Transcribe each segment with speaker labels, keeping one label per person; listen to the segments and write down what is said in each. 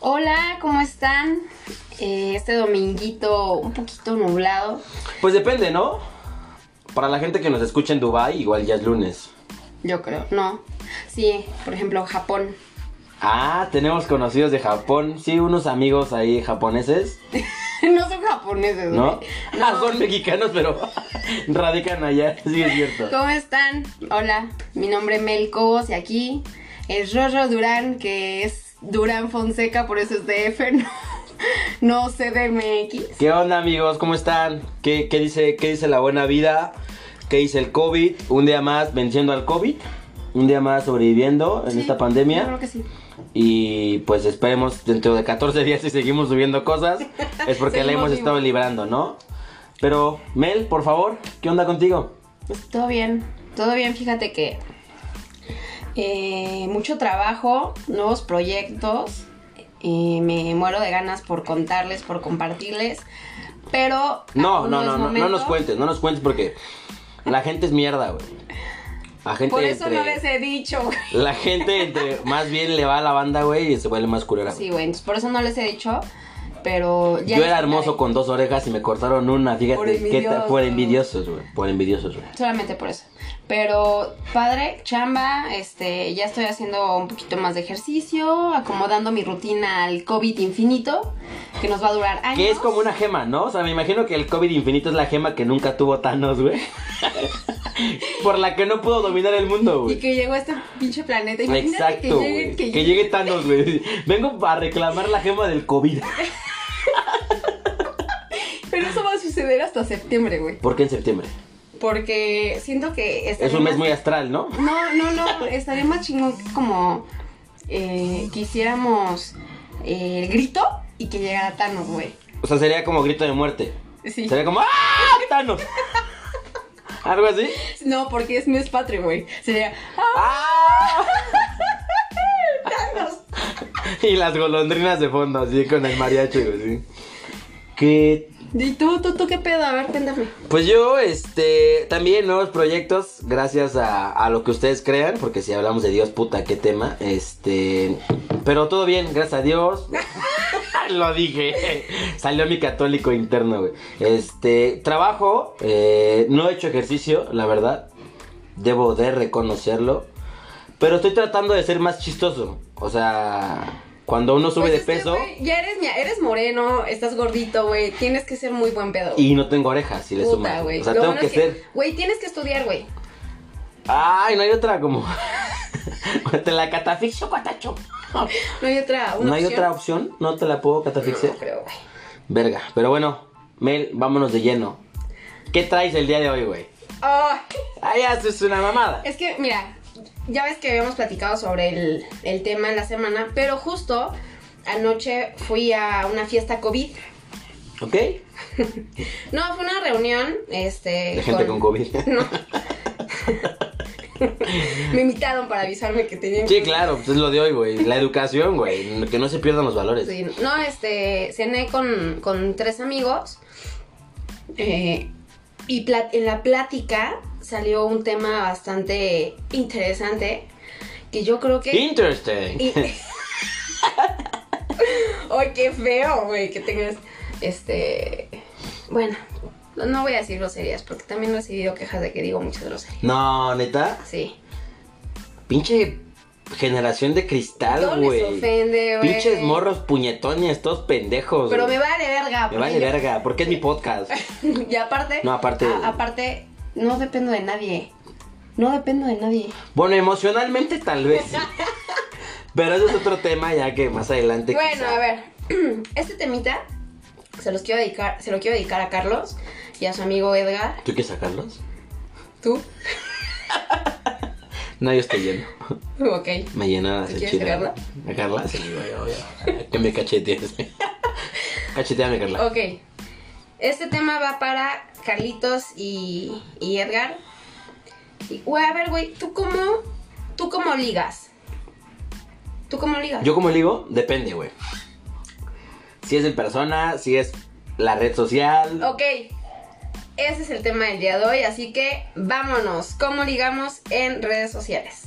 Speaker 1: Hola, ¿cómo están? Eh, este dominguito un poquito nublado.
Speaker 2: Pues depende, ¿no? Para la gente que nos escucha en Dubai, igual ya es lunes.
Speaker 1: Yo creo, no. Sí, por ejemplo, Japón.
Speaker 2: Ah, tenemos conocidos de Japón, sí, unos amigos ahí japoneses,
Speaker 1: no son japoneses,
Speaker 2: ¿no?
Speaker 1: güey.
Speaker 2: Ah, son mexicanos, pero radican allá, sí es cierto.
Speaker 1: ¿Cómo están? Hola, mi nombre es Mel Cobos y aquí es Rorro Durán, que es Durán Fonseca, por eso es DF, no, no CDMX.
Speaker 2: ¿Qué onda, amigos? ¿Cómo están? ¿Qué, qué dice, ¿Qué dice la buena vida? ¿Qué dice el COVID? Un día más venciendo al COVID, un día más sobreviviendo en
Speaker 1: Sí,
Speaker 2: esta
Speaker 1: yo
Speaker 2: pandemia.
Speaker 1: creo que sí.
Speaker 2: Y pues esperemos dentro de 14 días si seguimos subiendo cosas, es porque la
Speaker 1: Seguimos
Speaker 2: hemos
Speaker 1: vivos.
Speaker 2: estado librando, ¿no? Pero, Mel, por favor, ¿qué onda contigo?
Speaker 1: Pues todo bien, todo bien, fíjate que eh, mucho trabajo, nuevos proyectos, eh, me muero de ganas por contarles, por compartirles, pero...
Speaker 2: No,
Speaker 1: aún
Speaker 2: no,
Speaker 1: Ah, es
Speaker 2: no, no, no
Speaker 1: momento.
Speaker 2: nos cuentes, no nos cuentes porque la gente es mierda, güey. La gente
Speaker 1: Por eso
Speaker 2: entre,
Speaker 1: no les he dicho, güey.
Speaker 2: La gente entre más bien le va a la banda, güey, y se vuelve más culera. güey.
Speaker 1: Sí, güey, entonces por eso no les he dicho, pero ya...
Speaker 2: Yo
Speaker 1: les
Speaker 2: era
Speaker 1: contaré.
Speaker 2: hermoso con dos orejas y me cortaron una, fíjate,
Speaker 1: Por
Speaker 2: qué tal- por
Speaker 1: envidiosos.
Speaker 2: envidiosos, güey, por envidiosos, güey.
Speaker 1: Solamente por eso. Pero padre, chamba, este, ya estoy haciendo un poquito más de ejercicio, acomodando mi rutina al COVID infinito, que nos va a durar años.
Speaker 2: Que es como una gema, ¿no? O sea, me imagino que el COVID infinito es la gema que nunca tuvo Thanos, güey. por la que no pudo dominar el mundo,
Speaker 1: Y
Speaker 2: güey.
Speaker 1: que llegó a este pinche planeta. Imagínate
Speaker 2: Exacto,
Speaker 1: que
Speaker 2: güey.
Speaker 1: llegue,
Speaker 2: Que,
Speaker 1: que llegue-
Speaker 2: llegue Thanos, güey. Vengo a reclamar la gema del COVID.
Speaker 1: Pero eso va a suceder hasta septiembre, güey.
Speaker 2: ¿Por qué en septiembre?
Speaker 1: Porque siento que...
Speaker 2: Es
Speaker 1: estaría
Speaker 2: un mes
Speaker 1: más-
Speaker 2: muy astral, ¿no?
Speaker 1: No, no, no. Estaría más chingón que como... Eh, que hiciéramos eh, el grito y que llegara Thanos, güey.
Speaker 2: O sea, sería como grito de muerte.
Speaker 1: Sí.
Speaker 2: Sería como ¡Ah! Thanos. Algo así.
Speaker 1: No, porque es mes patrio, güey. Sería... ¡Ah,
Speaker 2: ¡Ah!
Speaker 1: Thanos!
Speaker 2: Y las golondrinas de fondo, así con el mariachi, güey, sí. Que
Speaker 1: ¿Y tú, tú, tú qué pedo? A ver, cuéntame.
Speaker 2: pues yo, este, también nuevos proyectos, gracias a, a lo que ustedes crean, porque si hablamos de Dios, puta, qué tema, este, pero todo bien, gracias a Dios, lo dije, salió mi católico interno, güey, este, trabajo, eh, no he hecho ejercicio, la verdad, debo de reconocerlo, pero estoy tratando de ser más chistoso, o sea, cuando uno sube
Speaker 1: Pues
Speaker 2: de
Speaker 1: es que,
Speaker 2: peso...
Speaker 1: güey, ya eres, mia- eres moreno, estás gordito, güey. Tienes que ser muy buen pedo.
Speaker 2: Y no tengo orejas, si le
Speaker 1: Puta,
Speaker 2: sumas.
Speaker 1: güey.
Speaker 2: O sea,
Speaker 1: Lo
Speaker 2: tengo
Speaker 1: bueno
Speaker 2: que
Speaker 1: es
Speaker 2: ser
Speaker 1: Güey, tienes que estudiar, güey.
Speaker 2: Ay, no hay otra como. te la catafixio, cuatacho.
Speaker 1: No hay otra. una
Speaker 2: No hay
Speaker 1: opción.
Speaker 2: otra opción, no te la puedo catafixiar.
Speaker 1: No creo, güey.
Speaker 2: Verga, pero bueno, Mel, vámonos de lleno. ¿Qué traes el día de hoy, güey?
Speaker 1: Ay,
Speaker 2: Ay, haces una mamada.
Speaker 1: es que, mira, ya ves que habíamos platicado sobre el, el tema en la semana, pero justo anoche fui a una fiesta COVID.
Speaker 2: ¿Ok?
Speaker 1: No, fue una reunión, este...
Speaker 2: De gente con COVID.
Speaker 1: No. Me invitaron para avisarme que tenían
Speaker 2: Sí, claro, pues es lo de hoy, güey. La educación, güey. Que no se pierdan los valores.
Speaker 1: Sí, no, este, cené con, con tres amigos eh, y pla- en la plática salió un tema bastante interesante que yo creo que...
Speaker 2: Interesting.
Speaker 1: y- ¡Ay, qué feo, güey! Que tengas, este... Bueno, no, no voy a decir groserías porque también he recibido quejas de que digo muchas groserías.
Speaker 2: No, neta.
Speaker 1: Sí.
Speaker 2: Pinche generación de
Speaker 1: Todo
Speaker 2: cristal,
Speaker 1: les
Speaker 2: güey.
Speaker 1: ofende, güey.
Speaker 2: Pinches morros puñetones, todos pendejos.
Speaker 1: Pero
Speaker 2: güey.
Speaker 1: me vale verga.
Speaker 2: Me
Speaker 1: porque
Speaker 2: vale
Speaker 1: yo-
Speaker 2: verga, porque es mi podcast.
Speaker 1: Y aparte.
Speaker 2: No, aparte-
Speaker 1: a- aparte, no dependo de nadie. No dependo de nadie.
Speaker 2: Bueno, emocionalmente tal vez. sí. Pero eso es otro tema ya que más adelante.
Speaker 1: bueno,
Speaker 2: quizá.
Speaker 1: a ver. Este temita se los quiero dedicar, se lo quiero dedicar a Carlos y a su amigo Edgar.
Speaker 2: ¿Tú quieres sacarlos?
Speaker 1: ¿Tú?
Speaker 2: No, yo estoy lleno.
Speaker 1: Ok.
Speaker 2: Me llenan
Speaker 1: ¿Tú
Speaker 2: las
Speaker 1: quieres
Speaker 2: enchiladas.
Speaker 1: sacarla?
Speaker 2: ¿A Carla? Sí, güey, obvio. Que me cachetees. Cacheteame, Carla.
Speaker 1: Ok. Este tema va para Carlitos y, y Edgar. Y, güey, a ver, güey, ¿tú cómo, ¿tú cómo ligas? ¿Tú cómo ligas?
Speaker 2: Yo como digo, depende, güey. Si es en persona, si es la red social.
Speaker 1: Ok, ese es el tema del día de hoy, así que vámonos. ¿Cómo ligamos en redes sociales?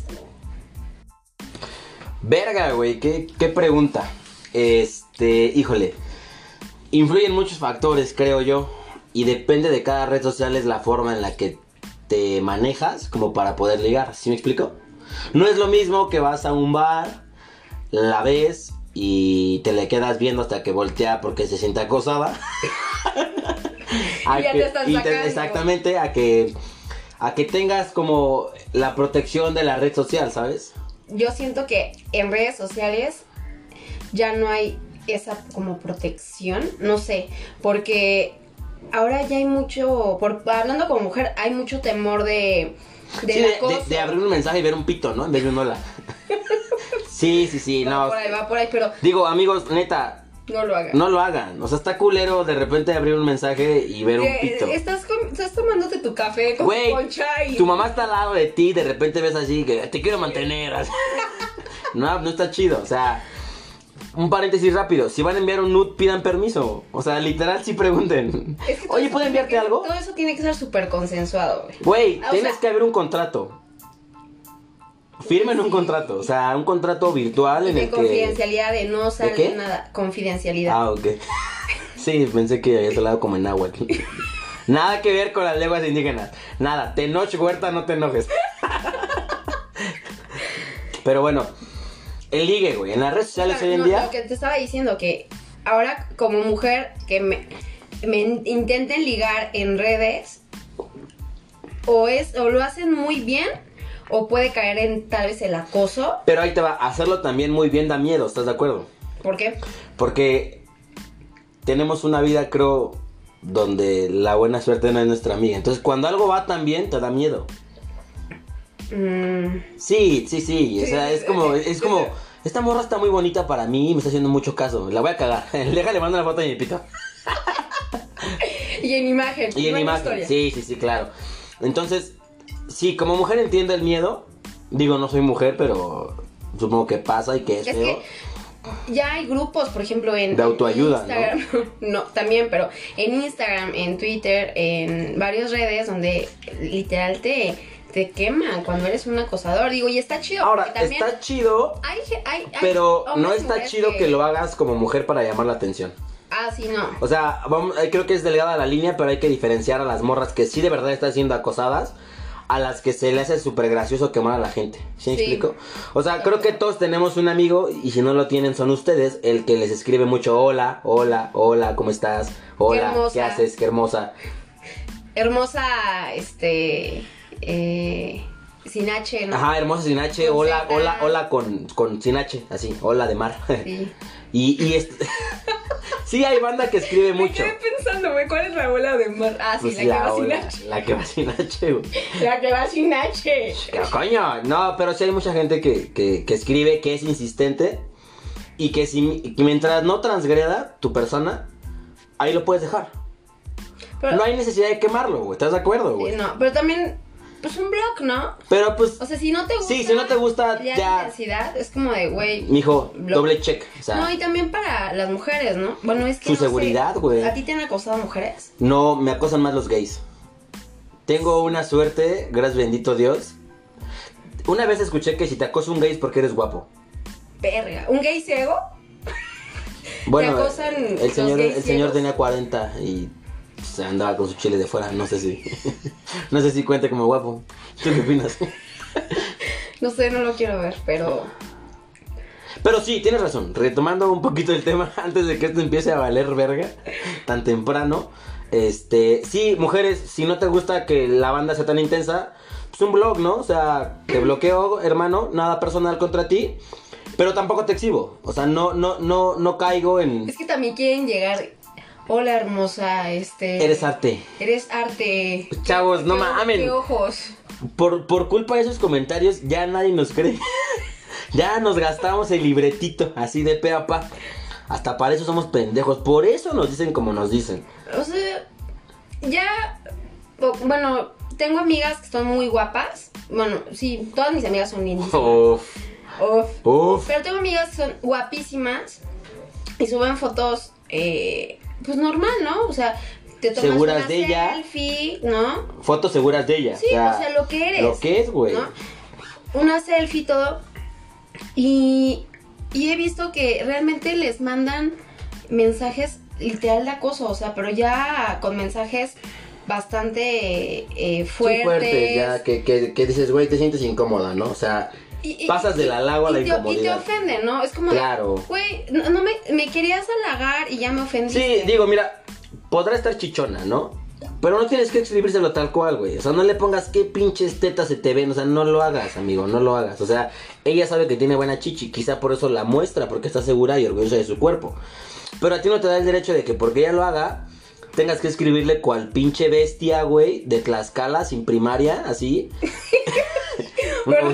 Speaker 2: Verga, güey, ¿qué, qué pregunta. Este, híjole. Influyen muchos factores, creo yo. Y depende de cada red social es la forma en la que te manejas como para poder ligar. ¿Sí me explico? No es lo mismo que vas a un bar, la ves y te le quedas viendo hasta que voltea porque se siente acosada. A
Speaker 1: Y ya te
Speaker 2: que-
Speaker 1: están
Speaker 2: y
Speaker 1: sacando.
Speaker 2: Exactamente, a que, a que tengas como la protección de la red social, ¿sabes?
Speaker 1: Yo siento que en redes sociales ya no hay esa como protección, no sé, porque ahora ya hay mucho, por, hablando como mujer, hay mucho temor de... De,
Speaker 2: Sí, de, de-
Speaker 1: acoso.
Speaker 2: de abrir un mensaje y ver un pito, ¿no? En vez de un hola. sí, sí, sí,
Speaker 1: Va
Speaker 2: no.
Speaker 1: por ahí, va por ahí, pero
Speaker 2: Digo, amigos, neta,
Speaker 1: no lo hagas.
Speaker 2: no lo hagan. O sea, está culero de repente abrir un mensaje y ver un
Speaker 1: Eh,
Speaker 2: pito.
Speaker 1: Estás, com- estás tomándote tu café con
Speaker 2: Güey,
Speaker 1: concha y...
Speaker 2: Tu mamá está al lado de ti y de repente ves así que te quiero mantener. así. No, no está chido. O sea, un paréntesis rápido. Si van a enviar un nude, pidan permiso. O sea, literal, sí pregunten.
Speaker 1: Es que todo
Speaker 2: Oye,
Speaker 1: eso
Speaker 2: ¿puedo
Speaker 1: tiene
Speaker 2: enviarte
Speaker 1: que-
Speaker 2: algo?
Speaker 1: Todo eso tiene que ser súper consensuado, güey.
Speaker 2: Güey,
Speaker 1: Ah, o
Speaker 2: tienes
Speaker 1: sea-
Speaker 2: que haber un contrato. Firmen un contrato. O sea, un contrato virtual
Speaker 1: Y
Speaker 2: en
Speaker 1: de
Speaker 2: el que.
Speaker 1: confidencialidad, de no sale
Speaker 2: qué?
Speaker 1: nada. Confidencialidad.
Speaker 2: Ah, ok. Sí, pensé que habías hablado como en náhuatl. Nada que ver con las lenguas indígenas. Nada, Tenoch Huerta, no te enojes. Pero bueno, el ligue, güey. En las redes sociales hoy en
Speaker 1: No,
Speaker 2: día.
Speaker 1: Lo que te estaba diciendo que ahora como mujer que me, me in- intenten ligar en redes o es o lo hacen muy bien o puede caer en tal vez el acoso,
Speaker 2: Pero ahí te va, hacerlo también muy bien da miedo, ¿estás de acuerdo?
Speaker 1: porque
Speaker 2: Porque tenemos una vida, creo, donde la buena suerte no es nuestra amiga. Entonces, cuando algo va tan bien, te da miedo.
Speaker 1: mm,
Speaker 2: Sí, sí, sí. O
Speaker 1: Sí,
Speaker 2: sea,
Speaker 1: sí, eh,
Speaker 2: es como,
Speaker 1: sí,
Speaker 2: es
Speaker 1: sí,
Speaker 2: como,
Speaker 1: sí.
Speaker 2: esta morra está muy bonita para mí y me está haciendo mucho caso. La voy a cagar. Déjale, mando la foto de mi pito.
Speaker 1: y en imagen,
Speaker 2: Y en
Speaker 1: no en
Speaker 2: imagen.
Speaker 1: historia.
Speaker 2: Sí, sí, sí, claro. Entonces, sí, como mujer entiendo el miedo. Digo, no soy mujer, pero supongo que pasa y que es,
Speaker 1: Es
Speaker 2: feo.
Speaker 1: que ya hay grupos, por ejemplo, en
Speaker 2: De autoayuda,
Speaker 1: Instagram, ¿no? también, pero en Instagram, en Twitter, en varias redes donde literal te, te queman cuando eres un acosador. Digo, y está chido.
Speaker 2: Ahora,
Speaker 1: porque también
Speaker 2: está chido,
Speaker 1: hay ge- hay- hay
Speaker 2: pero no
Speaker 1: hombres y
Speaker 2: está
Speaker 1: mujeres
Speaker 2: chido que... lo hagas como mujer para llamar la atención.
Speaker 1: Ah, sí, no.
Speaker 2: O sea, vamos- eh, creo que es delgada la línea, pero hay que diferenciar a las morras que sí de verdad están siendo acosadas a las que se le hace súper gracioso quemar a la gente. ¿Sí me
Speaker 1: Sí.
Speaker 2: explico? O sea, creo que todos tenemos un amigo y si no lo tienen son ustedes el que les escribe mucho hola, hola, hola, ¿cómo estás? Hola,
Speaker 1: hermosa.
Speaker 2: ¿qué haces? Qué hermosa.
Speaker 1: Hermosa, este. eh, sin H, ¿no?
Speaker 2: Ajá, hermosa sin H,
Speaker 1: Mm. Con
Speaker 2: hola,
Speaker 1: Z.
Speaker 2: hola, hola con, con sin H, así, hola de mar.
Speaker 1: Sí.
Speaker 2: Y, y es- sí hay banda que escribe
Speaker 1: Me
Speaker 2: mucho.
Speaker 1: quedé pensando, güey, ¿cuál es la bola de mar? Ah, sí,
Speaker 2: Pues
Speaker 1: la, que va sin
Speaker 2: ola,
Speaker 1: H.
Speaker 2: la que va sin H, güey.
Speaker 1: La que va sin H.
Speaker 2: ¿Qué coño? No, pero sí hay mucha gente que, que- que escribe, que es insistente y que si que mientras no transgreda tu persona, ahí lo puedes dejar.
Speaker 1: Pero,
Speaker 2: no hay necesidad de quemarlo, güey. ¿Estás de acuerdo, güey?
Speaker 1: eh, no, pero también, pues un blog, ¿no?
Speaker 2: Pero pues,
Speaker 1: O sea, si no te gusta.
Speaker 2: Sí, si no te gusta,
Speaker 1: ya.
Speaker 2: ya-
Speaker 1: la Diversidad, es como de, güey.
Speaker 2: mijo,
Speaker 1: Lo-
Speaker 2: doble check. O sea,
Speaker 1: No, y también para las mujeres, ¿no? Bueno, es que.
Speaker 2: Su
Speaker 1: no sé,
Speaker 2: seguridad, güey.
Speaker 1: ¿A ti te han acosado mujeres?
Speaker 2: no me acosan más los gays. Tengo una suerte, gracias bendito Dios. Una vez escuché que si te acosa un gay es porque eres guapo.
Speaker 1: Verga. ¿Un gay ciego?
Speaker 2: Bueno,
Speaker 1: acosan
Speaker 2: el
Speaker 1: los
Speaker 2: señor,
Speaker 1: gays
Speaker 2: el señor
Speaker 1: ciegos.
Speaker 2: tenía 40 y se andaba con su chile de fuera, no sé si. no sé si cuente como guapo. ¿Tú qué opinas?
Speaker 1: No sé, no lo quiero ver, pero.
Speaker 2: Pero sí, tienes razón. Retomando un poquito el tema antes de que esto empiece a valer verga tan temprano. Este, sí, mujeres, si no te gusta que la banda sea tan intensa, pues un blog, ¿no? O sea, te bloqueo, hermano, nada personal contra ti, pero tampoco te exhibo. O sea, no no no no caigo en
Speaker 1: Es que también quieren llegar. Hola, hermosa, este.
Speaker 2: eres arte.
Speaker 1: Eres arte.
Speaker 2: Chavos, no
Speaker 1: Qué o-
Speaker 2: mamen.
Speaker 1: Qué ojos.
Speaker 2: Por, por culpa de esos comentarios, ya nadie nos cree. ya nos gastamos el libretito, así de pe a pa. Hasta para eso somos pendejos. Por eso nos dicen como nos dicen.
Speaker 1: O sea, ya. o- Bueno, tengo amigas que son muy guapas. Bueno, sí, todas mis amigas son lindas.
Speaker 2: Uf,
Speaker 1: Uf.
Speaker 2: uf.
Speaker 1: Pero tengo amigas que son guapísimas y suben fotos, eh, pues normal, ¿no? O sea, te tomas
Speaker 2: Seguras
Speaker 1: una
Speaker 2: de ella.
Speaker 1: selfie, ¿no?
Speaker 2: Fotos seguras de ella.
Speaker 1: Sí, o sea, lo que eres.
Speaker 2: Lo que es, güey.
Speaker 1: ¿no? Una selfie y todo. Y, Y he visto que realmente les mandan mensajes literal de acoso, o sea, pero ya con mensajes bastante eh, fuertes.
Speaker 2: Sí, fuerte, ya, que, que, que dices, güey, te sientes incómoda, ¿no? O sea,
Speaker 1: Y- y-
Speaker 2: pasas del halago a la
Speaker 1: y te, y te
Speaker 2: incomodidad.
Speaker 1: ofenden, ¿no? Es como, de,
Speaker 2: Claro.
Speaker 1: güey, no, no me, me querías halagar y ya me ofendiste.
Speaker 2: Sí, digo, mira, podrá estar chichona, ¿no? Pero no tienes que escribírselo tal cual, güey. O sea, no le pongas qué pinches tetas se te ven. O sea, no lo hagas, amigo, no lo hagas. O sea, ella sabe que tiene buena chichi. Quizá por eso la muestra, porque está segura y orgullosa de su cuerpo. Pero a ti no te da el derecho de que porque ella lo haga, tengas que escribirle cual pinche bestia, güey, de Tlaxcala, sin primaria, así.
Speaker 1: Pero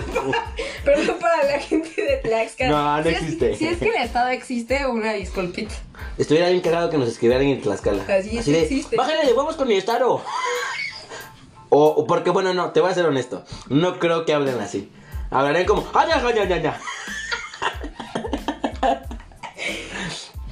Speaker 1: no para la gente de Tlaxcala.
Speaker 2: No, no
Speaker 1: Si es-
Speaker 2: existe.
Speaker 1: si es que el Estado existe, una disculpita.
Speaker 2: Estuviera bien cagado que nos escribieran en Tlaxcala.
Speaker 1: Así es, sí existe.
Speaker 2: Bájale de huevos con mi estaro. O, o porque, bueno, no, te voy a ser honesto. No creo que hablen así. Hablarán como. ¡Ay, ya, ya, ya, ya!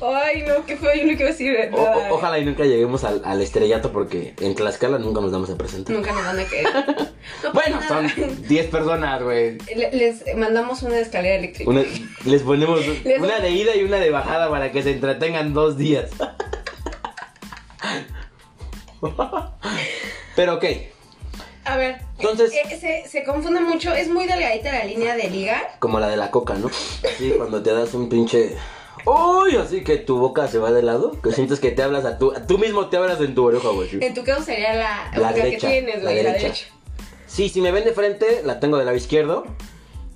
Speaker 1: Ay, no, qué feo, yo no quiero decir
Speaker 2: O-
Speaker 1: nada.
Speaker 2: o- ojalá y nunca lleguemos al, al estrellato porque en Tlaxcala nunca nos damos a presentar.
Speaker 1: Nunca nos van a creer. No pasa
Speaker 2: Bueno,
Speaker 1: nada.
Speaker 2: son 10 personas, güey.
Speaker 1: Le- Les mandamos una escalera eléctrica.
Speaker 2: Una- les ponemos
Speaker 1: Les-
Speaker 2: una de ida y una de bajada para que se entretengan dos días. Pero ok.
Speaker 1: A ver,
Speaker 2: Entonces-
Speaker 1: eh, se, se confunde mucho, es muy delgadita la línea de ligar.
Speaker 2: Como la de la coca, ¿no? Sí, cuando te das un pinche. ¡Uy! Así que tu boca se va de lado. Que sientes que te hablas a tú. Tú mismo te hablas en tu oreja, güey.
Speaker 1: En tu caso sería la,
Speaker 2: La
Speaker 1: que
Speaker 2: derecha,
Speaker 1: tienes,
Speaker 2: la
Speaker 1: güey, la
Speaker 2: derecha.
Speaker 1: derecha.
Speaker 2: Sí, si me ven de frente, la tengo del lado izquierdo.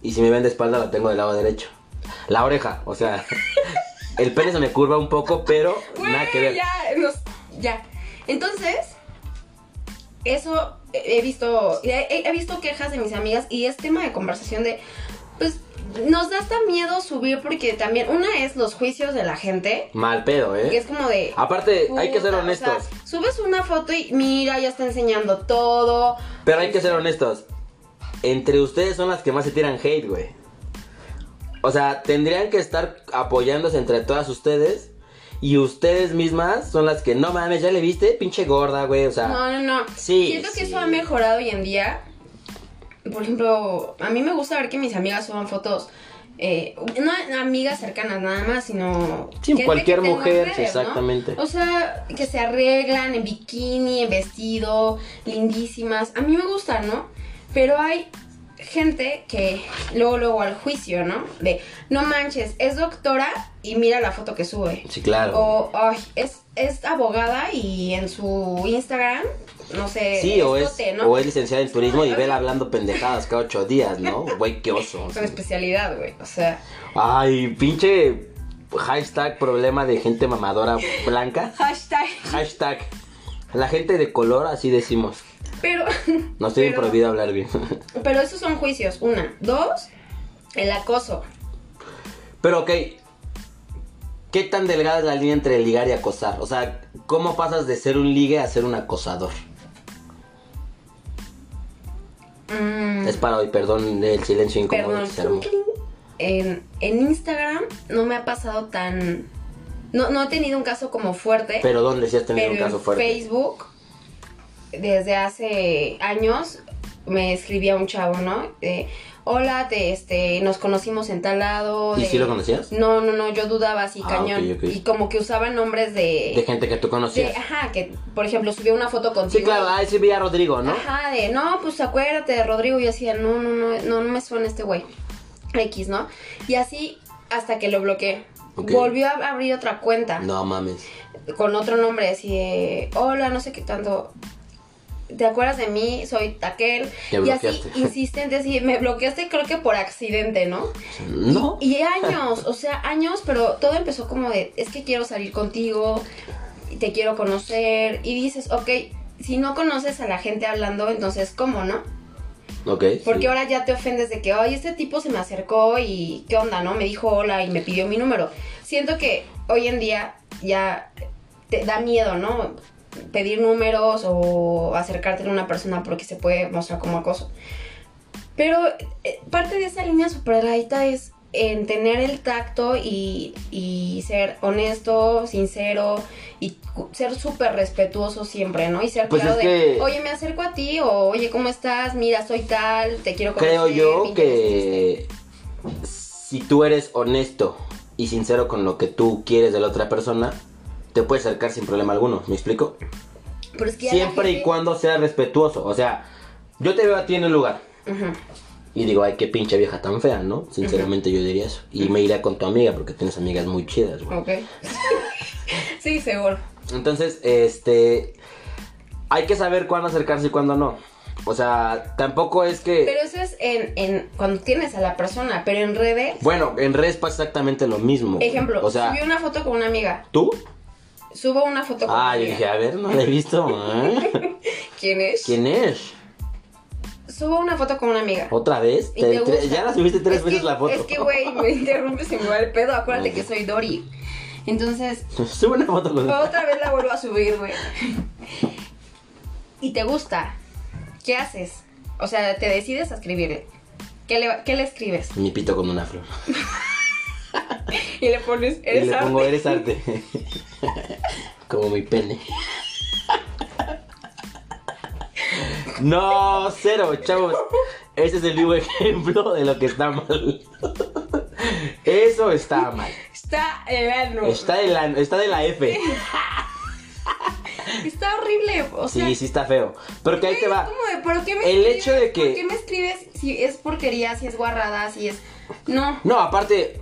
Speaker 2: Y si me ven de espalda, la tengo del lado derecho. La oreja, o sea. El pene se me curva un poco, pero
Speaker 1: Güey,
Speaker 2: nada que ver.
Speaker 1: Pues, Ya, nos- ya. Entonces, eso he he visto, he, he visto quejas de mis amigas y es tema de conversación de, pues, nos da hasta miedo subir porque también una es los juicios de la gente
Speaker 2: Mal pedo,
Speaker 1: y es
Speaker 2: ¿eh?
Speaker 1: como de...
Speaker 2: Aparte, hay que ser
Speaker 1: puta, o sea,
Speaker 2: honestos.
Speaker 1: subes una foto y mira, ya está enseñando todo.
Speaker 2: Pero hay que ser honestos. Entre ustedes son las que más se tiran hate, güey. O sea, tendrían que estar apoyándose entre todas ustedes. Y ustedes mismas son las que, no mames, ya le viste, pinche gorda, güey. O sea,
Speaker 1: No, no, no.
Speaker 2: Sí,
Speaker 1: Siento que
Speaker 2: sí.
Speaker 1: eso ha mejorado hoy en día. Por ejemplo, a mí me gusta ver que mis amigas suban fotos. eh, no amigas cercanas nada más, sino.
Speaker 2: Sí,
Speaker 1: gente
Speaker 2: cualquier
Speaker 1: tengo en
Speaker 2: mujer,
Speaker 1: redes,
Speaker 2: sí,
Speaker 1: ¿no?
Speaker 2: exactamente.
Speaker 1: O sea, que se arreglan en bikini, en vestido, lindísimas. A mí me gusta, ¿no? Pero hay gente que luego, luego al juicio, ¿no? De, no manches, es doctora y mira la foto que sube.
Speaker 2: sí, claro.
Speaker 1: O ay, es, es abogada y en su Instagram, no sé,
Speaker 2: sí, o es,
Speaker 1: escote, ¿no?
Speaker 2: o es licenciada en turismo y vela hablando pendejadas cada ocho días, ¿no? Güey, qué oso. o
Speaker 1: Su
Speaker 2: sea.
Speaker 1: especialidad, güey. O sea,
Speaker 2: Ay, pinche hashtag problema de gente mamadora blanca.
Speaker 1: hashtag.
Speaker 2: Hashtag. La gente de color, así decimos.
Speaker 1: Pero.
Speaker 2: Nos tienen
Speaker 1: pero-
Speaker 2: prohibido hablar bien.
Speaker 1: Pero esos son juicios. Una. Dos, el acoso.
Speaker 2: Pero ok, ¿qué tan delgada es la línea entre ligar y acosar? O sea, ¿cómo pasas de ser un ligue a ser un acosador?
Speaker 1: Mm,
Speaker 2: Es para hoy, perdón el silencio incómodo
Speaker 1: perdón.
Speaker 2: que se armó.
Speaker 1: En, en Instagram no me ha pasado tan. No, no he tenido un caso como fuerte.
Speaker 2: Pero ¿dónde sí has tenido
Speaker 1: pero
Speaker 2: un caso
Speaker 1: en
Speaker 2: fuerte?
Speaker 1: Facebook, desde hace años, me escribía un chavo, ¿no? Eh, Hola, te, este, nos conocimos en tal lado.
Speaker 2: ¿Y
Speaker 1: de-
Speaker 2: si lo conocías?
Speaker 1: No, no, no, yo dudaba así,
Speaker 2: Ah,
Speaker 1: cañón.
Speaker 2: ok, ok.
Speaker 1: Y como que usaba nombres
Speaker 2: De
Speaker 1: de...
Speaker 2: gente que tú conocías.
Speaker 1: de- ajá, que por ejemplo subía una foto contigo.
Speaker 2: sí, claro, ahí sí vi a Rodrigo, ¿no?
Speaker 1: Ajá, de no, pues acuérdate de Rodrigo. Y hacía, no, no, no, no, no me suena este güey. X, ¿no? Y así hasta que lo bloqueé.
Speaker 2: Ok.
Speaker 1: Volvió a abrir otra cuenta
Speaker 2: No mames.
Speaker 1: con otro nombre, así de, hola, no sé qué tanto. ¿Te acuerdas de mí? Soy Taquel.
Speaker 2: Te
Speaker 1: Y así,
Speaker 2: bloqueaste.
Speaker 1: insistente, así, me bloqueaste creo que por accidente, ¿no?
Speaker 2: No.
Speaker 1: Y años, o sea, años, pero todo empezó como de, es que quiero salir contigo, y te quiero conocer, y dices, ok, si no conoces a la gente hablando, entonces, ¿cómo, no?
Speaker 2: Ok.
Speaker 1: Porque
Speaker 2: sí.
Speaker 1: ahora ya te ofendes de que, ay, este tipo se me acercó y qué onda, ¿no? Me dijo hola y me pidió mi número. Siento que hoy en día ya te da miedo, ¿no? Pedir números o acercarte a una persona porque se puede mostrar como acoso. Pero eh, parte de esa línea superadita es en tener el tacto y, y ser honesto, sincero y cu- ser súper respetuoso siempre, ¿no? Y ser
Speaker 2: Pues
Speaker 1: claro
Speaker 2: es
Speaker 1: de,
Speaker 2: que-
Speaker 1: oye, me acerco a ti o oye, ¿cómo estás? Mira, soy tal, te quiero
Speaker 2: Creo
Speaker 1: conocer,
Speaker 2: yo
Speaker 1: me interesa este".
Speaker 2: que si tú eres honesto y sincero con lo que tú quieres de la otra persona, te puedes acercar sin problema alguno, ¿me explico?
Speaker 1: Pero es que ya la
Speaker 2: Siempre y
Speaker 1: gente-
Speaker 2: cuando sea respetuoso, o sea, yo te veo a ti en el lugar
Speaker 1: Ujú.
Speaker 2: y digo, ay, qué pinche vieja tan fea, ¿no? Sinceramente yo diría eso. Y me iría con tu amiga porque tienes amigas muy chidas, güey.
Speaker 1: Ok. sí, seguro.
Speaker 2: Entonces, este, hay que saber cuándo acercarse y cuándo no. O sea, tampoco es que...
Speaker 1: Pero eso es en, en cuando tienes a la persona, pero en redes.
Speaker 2: Bueno, en redes pasa exactamente lo mismo. güey.
Speaker 1: Ejemplo,
Speaker 2: o sea,
Speaker 1: subí una foto con una amiga.
Speaker 2: ¿tú?
Speaker 1: Subo una foto con una
Speaker 2: Ah, yo
Speaker 1: amiga.
Speaker 2: dije, a ver, no la he visto. ¿eh?
Speaker 1: ¿Quién es?
Speaker 2: ¿Quién es?
Speaker 1: Subo una foto con una amiga.
Speaker 2: ¿Otra vez?
Speaker 1: Y
Speaker 2: Te-
Speaker 1: te
Speaker 2: te-
Speaker 1: gusta.
Speaker 2: ya la subiste tres
Speaker 1: Es
Speaker 2: veces
Speaker 1: que-
Speaker 2: la foto.
Speaker 1: Es que, güey, me interrumpes y me va el pedo. Acuérdate que soy Dory. Entonces,
Speaker 2: Sube una foto con...
Speaker 1: otra vez la vuelvo a subir, güey. Y te gusta. ¿Qué haces? O sea, te decides a escribirle. ¿Qué le, qué le escribes?
Speaker 2: Mi pito con una flor.
Speaker 1: Y le pones,
Speaker 2: Y
Speaker 1: eres
Speaker 2: le pongo,
Speaker 1: arte.
Speaker 2: eres arte. Como mi pene. No, cero, chavos. Ese es el vivo ejemplo de lo que está mal. Eso está mal.
Speaker 1: Está el ano.
Speaker 2: Está de la, está de la F.
Speaker 1: Está horrible. O sea,
Speaker 2: Sí, sí está feo. Pero que ahí te va.
Speaker 1: Es como de, ¿pero qué me
Speaker 2: El
Speaker 1: escribes?
Speaker 2: hecho de que-
Speaker 1: ¿Por qué me escribes si es porquería, si es guarrada, si es. No.
Speaker 2: No, aparte,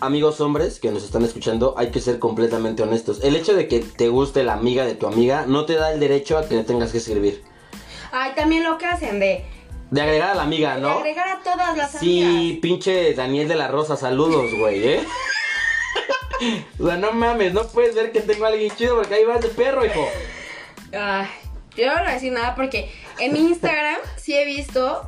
Speaker 2: amigos hombres que nos están escuchando, hay que ser completamente honestos. El hecho de que te guste la amiga de tu amiga no te da el derecho a que le tengas que escribir.
Speaker 1: Ay, también lo que hacen de,
Speaker 2: De agregar a la amiga,
Speaker 1: de
Speaker 2: ¿no?
Speaker 1: agregar a todas las
Speaker 2: Sí,
Speaker 1: amigas.
Speaker 2: pinche Daniel de la Rosa, saludos, güey, ¿eh? O sea, no mames, no puedes ver que tengo a alguien chido porque ahí vas de perro, hijo.
Speaker 1: Ay, yo no voy a decir nada porque en mi Instagram sí he visto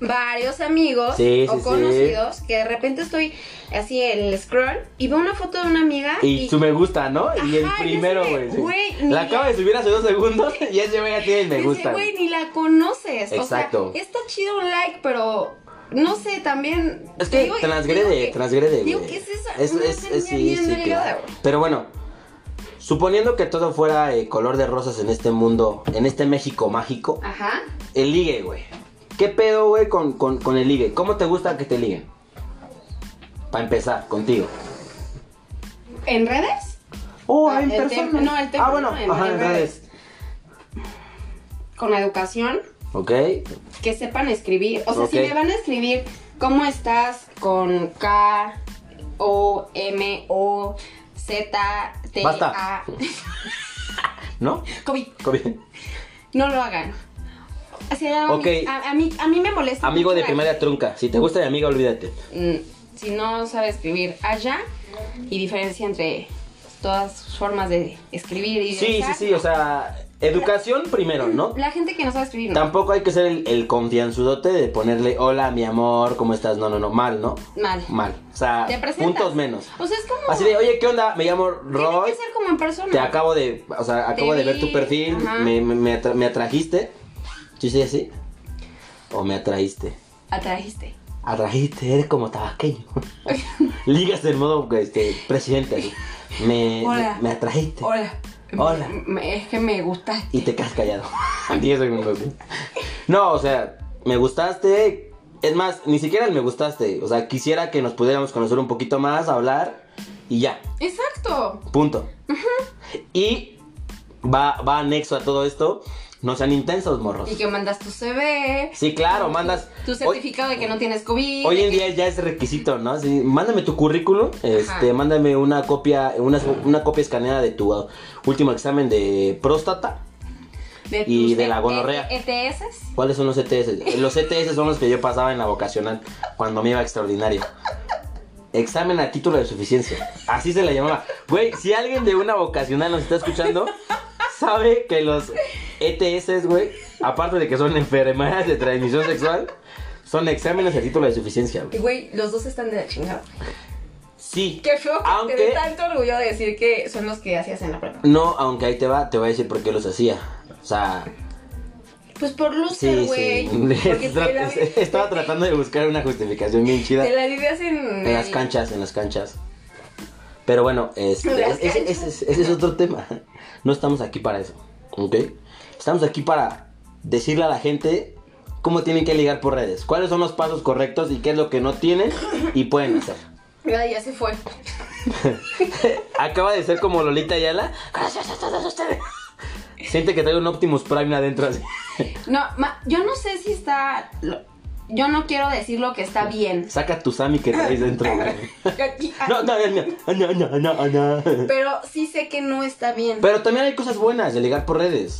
Speaker 1: varios amigos
Speaker 2: Sí, sí,
Speaker 1: o
Speaker 2: sí.
Speaker 1: conocidos que de repente estoy así en el scroll y veo una foto de una amiga
Speaker 2: Y, su me gusta, ¿no? y el
Speaker 1: Ajá, y
Speaker 2: primero,
Speaker 1: ese,
Speaker 2: güey. sí.
Speaker 1: güey, ni-
Speaker 2: La acaba de subir hace dos segundos y ese güey ya tiene el me
Speaker 1: dice,
Speaker 2: gusta.
Speaker 1: güey, ni la conoces.
Speaker 2: Exacto.
Speaker 1: O sea, está chido un like, pero no sé, también.
Speaker 2: Es que
Speaker 1: digo-
Speaker 2: transgrede,
Speaker 1: digo que-
Speaker 2: transgrede,
Speaker 1: Digo
Speaker 2: güey.
Speaker 1: que es esa.
Speaker 2: Es-
Speaker 1: una
Speaker 2: es- es-
Speaker 1: línea bien delgada,
Speaker 2: claro.
Speaker 1: güey.
Speaker 2: Pero bueno, suponiendo que todo fuera eh, color de rosas en este mundo, en este México mágico,
Speaker 1: Ajá.
Speaker 2: el ligue, güey. ¿Qué pedo, güey, con, con- con el ligue? ¿Cómo te gusta que te liguen? Para empezar, contigo.
Speaker 1: ¿En redes?
Speaker 2: Oh,
Speaker 1: Ah,
Speaker 2: hay
Speaker 1: el
Speaker 2: personas.
Speaker 1: tem- no, el tema,
Speaker 2: Ah, bueno,
Speaker 1: ¿no? En-
Speaker 2: ajá,
Speaker 1: en
Speaker 2: en
Speaker 1: redes.
Speaker 2: redes.
Speaker 1: Con la educación,
Speaker 2: Ok,
Speaker 1: que sepan escribir. O sea,
Speaker 2: Ok.
Speaker 1: si me van a escribir cómo estás con K, O, M, O, Z, T,
Speaker 2: Basta.
Speaker 1: A.
Speaker 2: ¿no?
Speaker 1: COVID.
Speaker 2: Comi-
Speaker 1: No lo hagan. O sea, a,
Speaker 2: Ok.
Speaker 1: mí, a, a mí, a mí me molesta.
Speaker 2: Amigo
Speaker 1: mucho
Speaker 2: de
Speaker 1: la-
Speaker 2: primaria trunca. Si te gusta mi amiga, olvídate.
Speaker 1: Mm, si no sabe escribir allá y diferencia entre todas sus formas de escribir y de
Speaker 2: Sí, sí,
Speaker 1: usar,
Speaker 2: sí, o sea, educación primero, ¿no?
Speaker 1: La gente que no sabe escribir, no.
Speaker 2: Tampoco hay que ser el, el confianzudote de ponerle hola mi amor, ¿cómo estás? No, no, no, mal, ¿no?
Speaker 1: Mal.
Speaker 2: Mal. O sea,
Speaker 1: Te presentas.
Speaker 2: puntos menos.
Speaker 1: O sea, es como.
Speaker 2: Así de, oye, ¿qué onda? Me llamo
Speaker 1: tiene
Speaker 2: Roy.
Speaker 1: que ser como en persona.
Speaker 2: Te acabo de, o sea, acabo
Speaker 1: Te
Speaker 2: de
Speaker 1: vi,
Speaker 2: ver tu perfil,
Speaker 1: ajá.
Speaker 2: me, me- me atra- me atrajiste. ¿Sí sí, así? ¿O me atraíste?
Speaker 1: Atrajiste.
Speaker 2: Atrajiste, eres como tabaqueño. Ligas en modo este, presidente. así. Me,
Speaker 1: Hola.
Speaker 2: me, me atrajiste.
Speaker 1: Hola.
Speaker 2: Hola.
Speaker 1: M- me- es que me gusta.
Speaker 2: Y te quedas callado. 10 segundos. ¿sí? No, o sea, me gustaste. Es más, ni siquiera el me gustaste. O sea, quisiera que nos pudiéramos conocer un poquito más, hablar y ya.
Speaker 1: Exacto.
Speaker 2: Punto. Y va, va anexo a todo esto. No sean intensos, morros.
Speaker 1: Y que mandas tu CV.
Speaker 2: Sí, claro, mandas.
Speaker 1: Tu
Speaker 2: hoy,
Speaker 1: certificado de que no tienes COVID.
Speaker 2: hoy
Speaker 1: de
Speaker 2: en
Speaker 1: que-
Speaker 2: día ya es requisito, ¿no? Sí, mándame tu currículum, este, mándame una copia, una, una copia escaneada de tu uh, último examen de próstata.
Speaker 1: de
Speaker 2: y
Speaker 1: tus
Speaker 2: de la
Speaker 1: E-
Speaker 2: gonorrea.
Speaker 1: E- ETS.
Speaker 2: ¿Cuáles son los ETS? Los ETS son los que yo pasaba en la vocacional cuando me iba a extraordinario. Examen a título de suficiencia. Así se le llamaba. Güey, si alguien de una vocacional nos está escuchando, sabe que los ETS, güey, aparte de que son enfermedades de transmisión sexual, son exámenes a título de suficiencia, güey.
Speaker 1: Y, Güey, los dos están de la chingada.
Speaker 2: Sí.
Speaker 1: Qué feo que
Speaker 2: aunque,
Speaker 1: te dé tanto orgullo de decir que son los que hacías en la prepa.
Speaker 2: No, aunque ahí te va, te voy a decir por qué los hacía. O sea,
Speaker 1: Pues por loser,
Speaker 2: sí,
Speaker 1: güey.
Speaker 2: sí.
Speaker 1: Porque te la vi-
Speaker 2: Estaba tratando de buscar una justificación bien chida.
Speaker 1: Te la vivías en.
Speaker 2: En las canchas, en las canchas. Pero bueno, este,
Speaker 1: En las
Speaker 2: ese,
Speaker 1: canchas.
Speaker 2: ese- ese es otro tema. No estamos aquí para eso, ¿ok? Estamos aquí para decirle a la gente cómo tienen que ligar por redes, cuáles son los pasos correctos y qué es lo que no tienen y pueden hacer.
Speaker 1: Ay, Ah, ya se fue.
Speaker 2: Acaba de ser como Lolita Ayala. Gracias a todos ustedes. Siente que trae un Optimus Prime adentro así.
Speaker 1: No, ma- yo no sé si está. lo- Yo no quiero decir lo que está bien.
Speaker 2: Saca tu Sammy que traes dentro. güey. No, no, no, no, no, no, no.
Speaker 1: Pero sí sé que no está bien.
Speaker 2: Pero también hay cosas buenas de ligar por redes.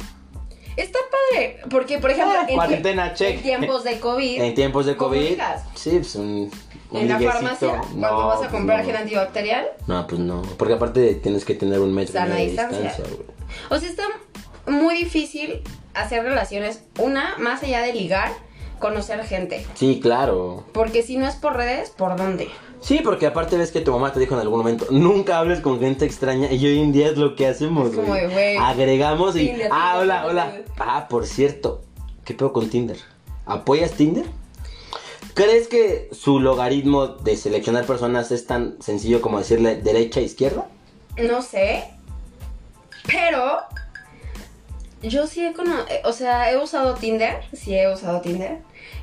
Speaker 1: Está padre, porque por ejemplo,
Speaker 2: Ah,
Speaker 1: en tie-
Speaker 2: cuarentena, check.
Speaker 1: en tiempos de COVID,
Speaker 2: En tiempos de
Speaker 1: ¿Cómo
Speaker 2: COVID.
Speaker 1: ligas?
Speaker 2: Sí, pues un. un
Speaker 1: en la
Speaker 2: liguecito.
Speaker 1: farmacia, cuando
Speaker 2: No,
Speaker 1: vas a
Speaker 2: pues
Speaker 1: comprar
Speaker 2: no.
Speaker 1: gel antibacterial,
Speaker 2: No, pues no. Porque aparte tienes que tener un metro
Speaker 1: Sana
Speaker 2: de
Speaker 1: distancia.
Speaker 2: güey.
Speaker 1: o sea, está muy difícil hacer relaciones, una, más allá de ligar, conocer gente.
Speaker 2: Sí, claro.
Speaker 1: Porque si no es por redes, ¿por dónde?
Speaker 2: Sí, porque aparte ves que tu mamá te dijo en algún momento, nunca hables con gente extraña y hoy en día es lo que hacemos,
Speaker 1: Es como
Speaker 2: güey.
Speaker 1: de, güey,
Speaker 2: Agregamos y...
Speaker 1: Tinder,
Speaker 2: ah,
Speaker 1: Tinder,
Speaker 2: hola,
Speaker 1: Tinder,
Speaker 2: hola.
Speaker 1: Tinder.
Speaker 2: Ah, por cierto, ¿qué pedo con Tinder? ¿Apoyas Tinder? ¿Crees que su logaritmo de seleccionar personas es tan sencillo como decirle derecha, izquierda?
Speaker 1: No sé. Pero yo sí he conocido, o sea, he usado Tinder, sí he usado Tinder.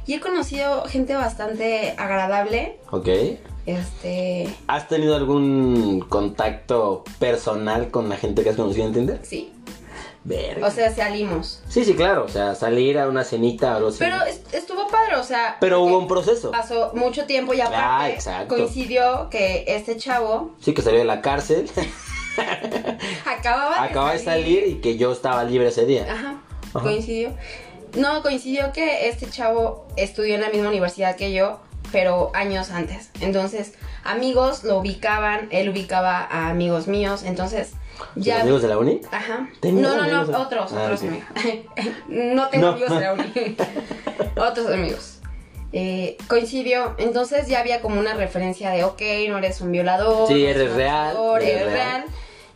Speaker 1: Y he conocido gente bastante agradable.
Speaker 2: Ok.
Speaker 1: Este,
Speaker 2: ¿Has tenido algún contacto personal con la gente que has conocido en Tinder?
Speaker 1: sí.
Speaker 2: Verga.
Speaker 1: O sea, salimos.
Speaker 2: sí, sí, claro. O sea, salir a una cenita o algo así.
Speaker 1: Pero est- estuvo padre, o sea.
Speaker 2: Pero
Speaker 1: porque
Speaker 2: hubo un proceso.
Speaker 1: Pasó mucho tiempo y
Speaker 2: Ah,
Speaker 1: aparte
Speaker 2: exacto.
Speaker 1: coincidió que este chavo
Speaker 2: Sí, que salió de la cárcel.
Speaker 1: acababa de
Speaker 2: Acaba de
Speaker 1: salir.
Speaker 2: salir y que yo estaba libre ese día.
Speaker 1: Ajá,
Speaker 2: Ajá.
Speaker 1: coincidió. No, coincidió que este chavo estudió en la misma universidad que yo, pero años antes. Entonces, amigos lo ubicaban, él ubicaba a amigos míos, entonces
Speaker 2: ¿Los
Speaker 1: ya...
Speaker 2: amigos de la uni?
Speaker 1: Ajá.
Speaker 2: ¿Tenías
Speaker 1: No, no, no,
Speaker 2: amigos?
Speaker 1: otros,
Speaker 2: Ah,
Speaker 1: otros
Speaker 2: ok.
Speaker 1: amigos. no tengo
Speaker 2: No.
Speaker 1: amigos de la uni. otros amigos. Eh, coincidió, entonces ya había como una referencia de, ok, no eres un violador.
Speaker 2: Sí,
Speaker 1: no
Speaker 2: eres
Speaker 1: un
Speaker 2: real,
Speaker 1: abusador,
Speaker 2: eres
Speaker 1: Eres,
Speaker 2: real.
Speaker 1: real.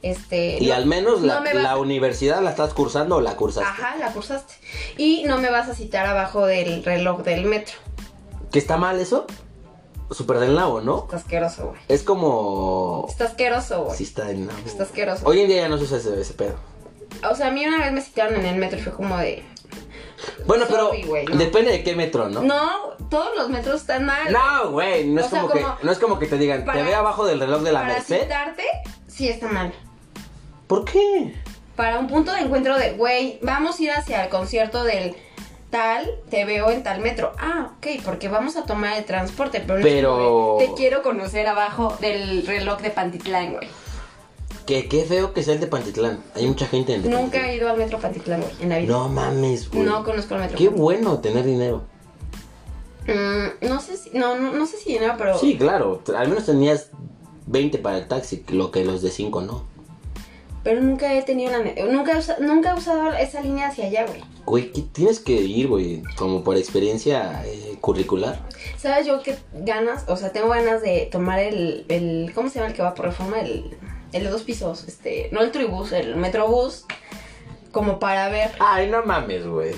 Speaker 1: Este,
Speaker 2: Y
Speaker 1: no-
Speaker 2: al menos la,
Speaker 1: no me vas
Speaker 2: la
Speaker 1: a-
Speaker 2: universidad la estás cursando o la cursaste.
Speaker 1: Ajá, la cursaste. Y no me vas a citar abajo del reloj del metro.
Speaker 2: ¿Que está mal eso? Súper del nabo, ¿no?
Speaker 1: Está asqueroso, güey.
Speaker 2: Es como...
Speaker 1: Está asqueroso, güey.
Speaker 2: Sí está del nabo.
Speaker 1: Está asqueroso.
Speaker 2: Hoy en día ya no se usa ese, ese pedo.
Speaker 1: O sea, a mí una vez me citaron en el metro y fue como de...
Speaker 2: Bueno, pero
Speaker 1: Sorry, güey, no.
Speaker 2: depende de qué metro, ¿no?
Speaker 1: No, todos los metros están mal.
Speaker 2: No, güey, no,
Speaker 1: O
Speaker 2: es
Speaker 1: sea,
Speaker 2: como que-
Speaker 1: como-
Speaker 2: no es como que te digan,
Speaker 1: Para-
Speaker 2: te ve abajo del reloj de la
Speaker 1: Para
Speaker 2: Merced.
Speaker 1: citarte, sí está mal.
Speaker 2: ¿Por qué?
Speaker 1: Para un punto de encuentro de, güey, vamos a ir hacia el concierto del tal, te veo en tal metro. Ah, ok, porque vamos a tomar el transporte, pero... no es
Speaker 2: Pero-
Speaker 1: como de, Te quiero conocer abajo del reloj de Pantitlán, güey.
Speaker 2: Que qué feo que sea el de Pantitlán. Hay mucha gente en el de
Speaker 1: Nunca he ido al metro Pantitlán, güey, en la vida.
Speaker 2: No mames, güey.
Speaker 1: No conozco el metro.
Speaker 2: Qué bueno tener dinero.
Speaker 1: Mm, no sé si, no, no, no sé si dinero, pero
Speaker 2: Sí, claro. Al menos tenías 20 para el taxi, lo que los de 5 no.
Speaker 1: pero nunca he tenido la, ne- nunca he usa- nunca he usado esa línea hacia allá, güey.
Speaker 2: Güey, ¿qué tienes que ir, güey? Como por experiencia eh, curricular.
Speaker 1: ¿Sabes yo qué ganas? O sea, tengo ganas de tomar el, el ¿cómo se llama el que va por Reforma? El, el de dos pisos, este, no el tribus, el metrobús como para ver.
Speaker 2: Ay, no mames, güey.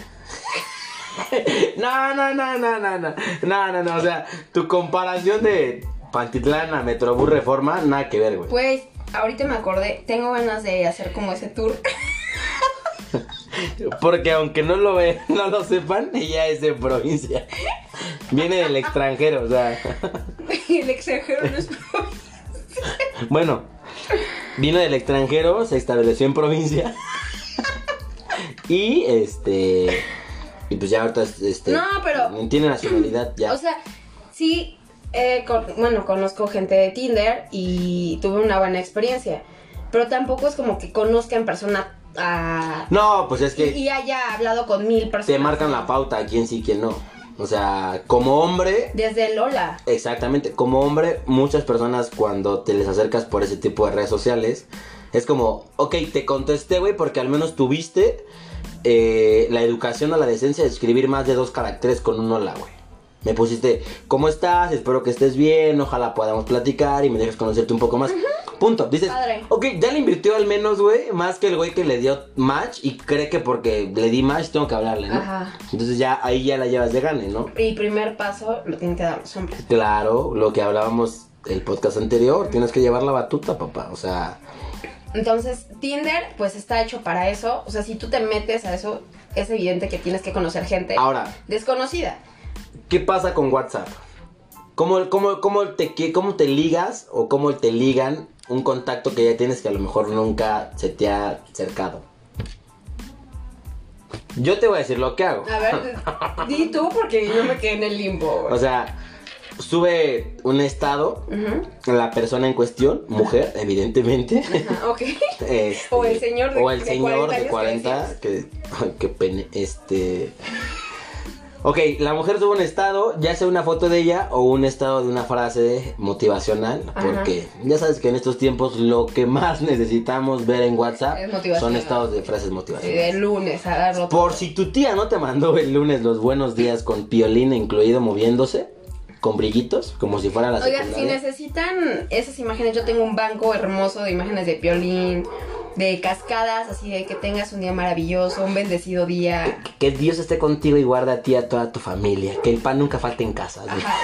Speaker 2: no, no, no, no, no, no. No, no, no. O sea, tu comparación de Pantitlán a Metrobús Reforma, nada que ver, güey.
Speaker 1: Pues ahorita me acordé, tengo ganas de hacer como ese tour.
Speaker 2: Porque aunque no lo ve, no lo sepan, ella es de provincia. Viene del extranjero, o sea.
Speaker 1: el extranjero no es
Speaker 2: Bueno, vino del extranjero, se estableció en provincia. y este. Y pues ya ahorita este.
Speaker 1: No, pero-
Speaker 2: Tiene nacionalidad ya.
Speaker 1: O sea, sí, eh, con- bueno, conozco gente de Tinder y tuve una buena experiencia. Pero tampoco es como que conozca en persona a...
Speaker 2: no, pues es
Speaker 1: y,
Speaker 2: que
Speaker 1: y haya hablado con mil personas.
Speaker 2: te marcan la pauta quién sí, quién no. O sea, como hombre.
Speaker 1: Desde Lola.
Speaker 2: Exactamente, como hombre, muchas personas cuando te les acercas por ese tipo de redes sociales, es como, ok, te contesté, güey, porque al menos tuviste eh, la educación o la decencia de escribir más de dos caracteres con un hola, güey. Me pusiste, ¿cómo estás? Espero que estés bien, ojalá podamos platicar y me dejes conocerte un poco más. Punto. Dices,
Speaker 1: Padre.
Speaker 2: ok, ya le invirtió al menos, güey, más que el güey que le dio match y cree que porque le di match tengo que hablarle, ¿no?
Speaker 1: Ajá.
Speaker 2: Entonces ya ahí ya la llevas de gane, ¿no?
Speaker 1: Y primer paso lo tienen que dar los hombres.
Speaker 2: Claro, lo que hablábamos el podcast anterior, tienes que llevar la batuta, papá. O sea,
Speaker 1: Entonces, Tinder, pues está hecho para eso. O sea, si tú te metes a eso, es evidente que tienes que conocer gente
Speaker 2: Ahora,
Speaker 1: desconocida.
Speaker 2: ¿qué pasa con WhatsApp? ¿Cómo, cómo, cómo, te, qué- ¿Cómo te ligas o cómo te ligan un contacto que ya tienes que a lo mejor nunca se te ha cercado? Yo te voy a decir lo que hago.
Speaker 1: A ver, di tú porque yo me quedé en el limbo.
Speaker 2: O
Speaker 1: güey.
Speaker 2: sea, sube un estado,
Speaker 1: Ujú,
Speaker 2: la persona en cuestión, mujer, evidentemente.
Speaker 1: ajá, Ah, ok.
Speaker 2: Este,
Speaker 1: O el señor de-
Speaker 2: o el
Speaker 1: de
Speaker 2: señor
Speaker 1: 40 años
Speaker 2: de
Speaker 1: que
Speaker 2: 40 que, ay, qué pene este Ok, la mujer sube un estado, ya sea una foto de ella o un estado de una frase motivacional,
Speaker 1: Ajá.
Speaker 2: porque ya sabes que en estos tiempos lo que más necesitamos ver en WhatsApp
Speaker 1: Es
Speaker 2: son
Speaker 1: motivacional.
Speaker 2: estados de frases
Speaker 1: Sí,
Speaker 2: motivacionales.
Speaker 1: de lunes, agarro.
Speaker 2: Por si tu tía no te mandó el lunes los buenos días con piolín incluido moviéndose, con brillitos, como si fuera la
Speaker 1: Oigan, si
Speaker 2: secundaria.
Speaker 1: necesitan esas imágenes, yo tengo un banco hermoso de imágenes de piolín, de cascadas, así de que tengas un día maravilloso, un bendecido día.
Speaker 2: Que Dios esté contigo y guarda a ti y a toda tu familia. Que el pan nunca falte en casa.
Speaker 1: Ajá.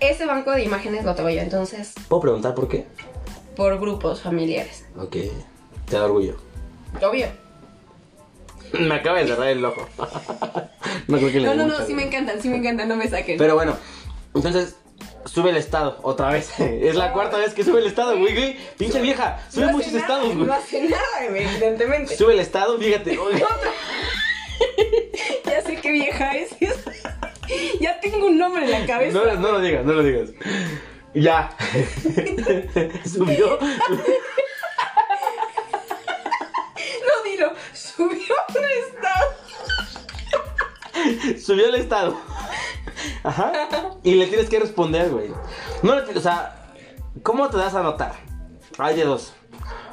Speaker 1: Ese banco de imágenes lo tengo yo, entonces,
Speaker 2: ¿Puedo preguntar por qué?
Speaker 1: por grupos familiares.
Speaker 2: Ok, te da orgullo.
Speaker 1: Obvio.
Speaker 2: Me acaba de cerrar el ojo. no creo que le
Speaker 1: No, no,
Speaker 2: dé
Speaker 1: no,
Speaker 2: mucho
Speaker 1: sí
Speaker 2: orgullo.
Speaker 1: me encantan, sí me encantan, no me saquen.
Speaker 2: Pero bueno, entonces sube el estado otra vez. es la cuarta vez que sube el estado, güey, güey. Pinche vieja, sube
Speaker 1: No hace
Speaker 2: muchos
Speaker 1: nada,
Speaker 2: estados, güey.
Speaker 1: No hace nada, evidentemente.
Speaker 2: Sube el estado, fíjate. oye.
Speaker 1: Ya sé qué vieja es. ya tengo un nombre en la cabeza.
Speaker 2: No, no lo digas, no lo digas. Ya. Subió.
Speaker 1: No, dilo. Subió un estado.
Speaker 2: Subió el estado. Ajá. Y le tienes que responder, güey. No le ti- o sea, ¿cómo te das a notar? Hay de dos.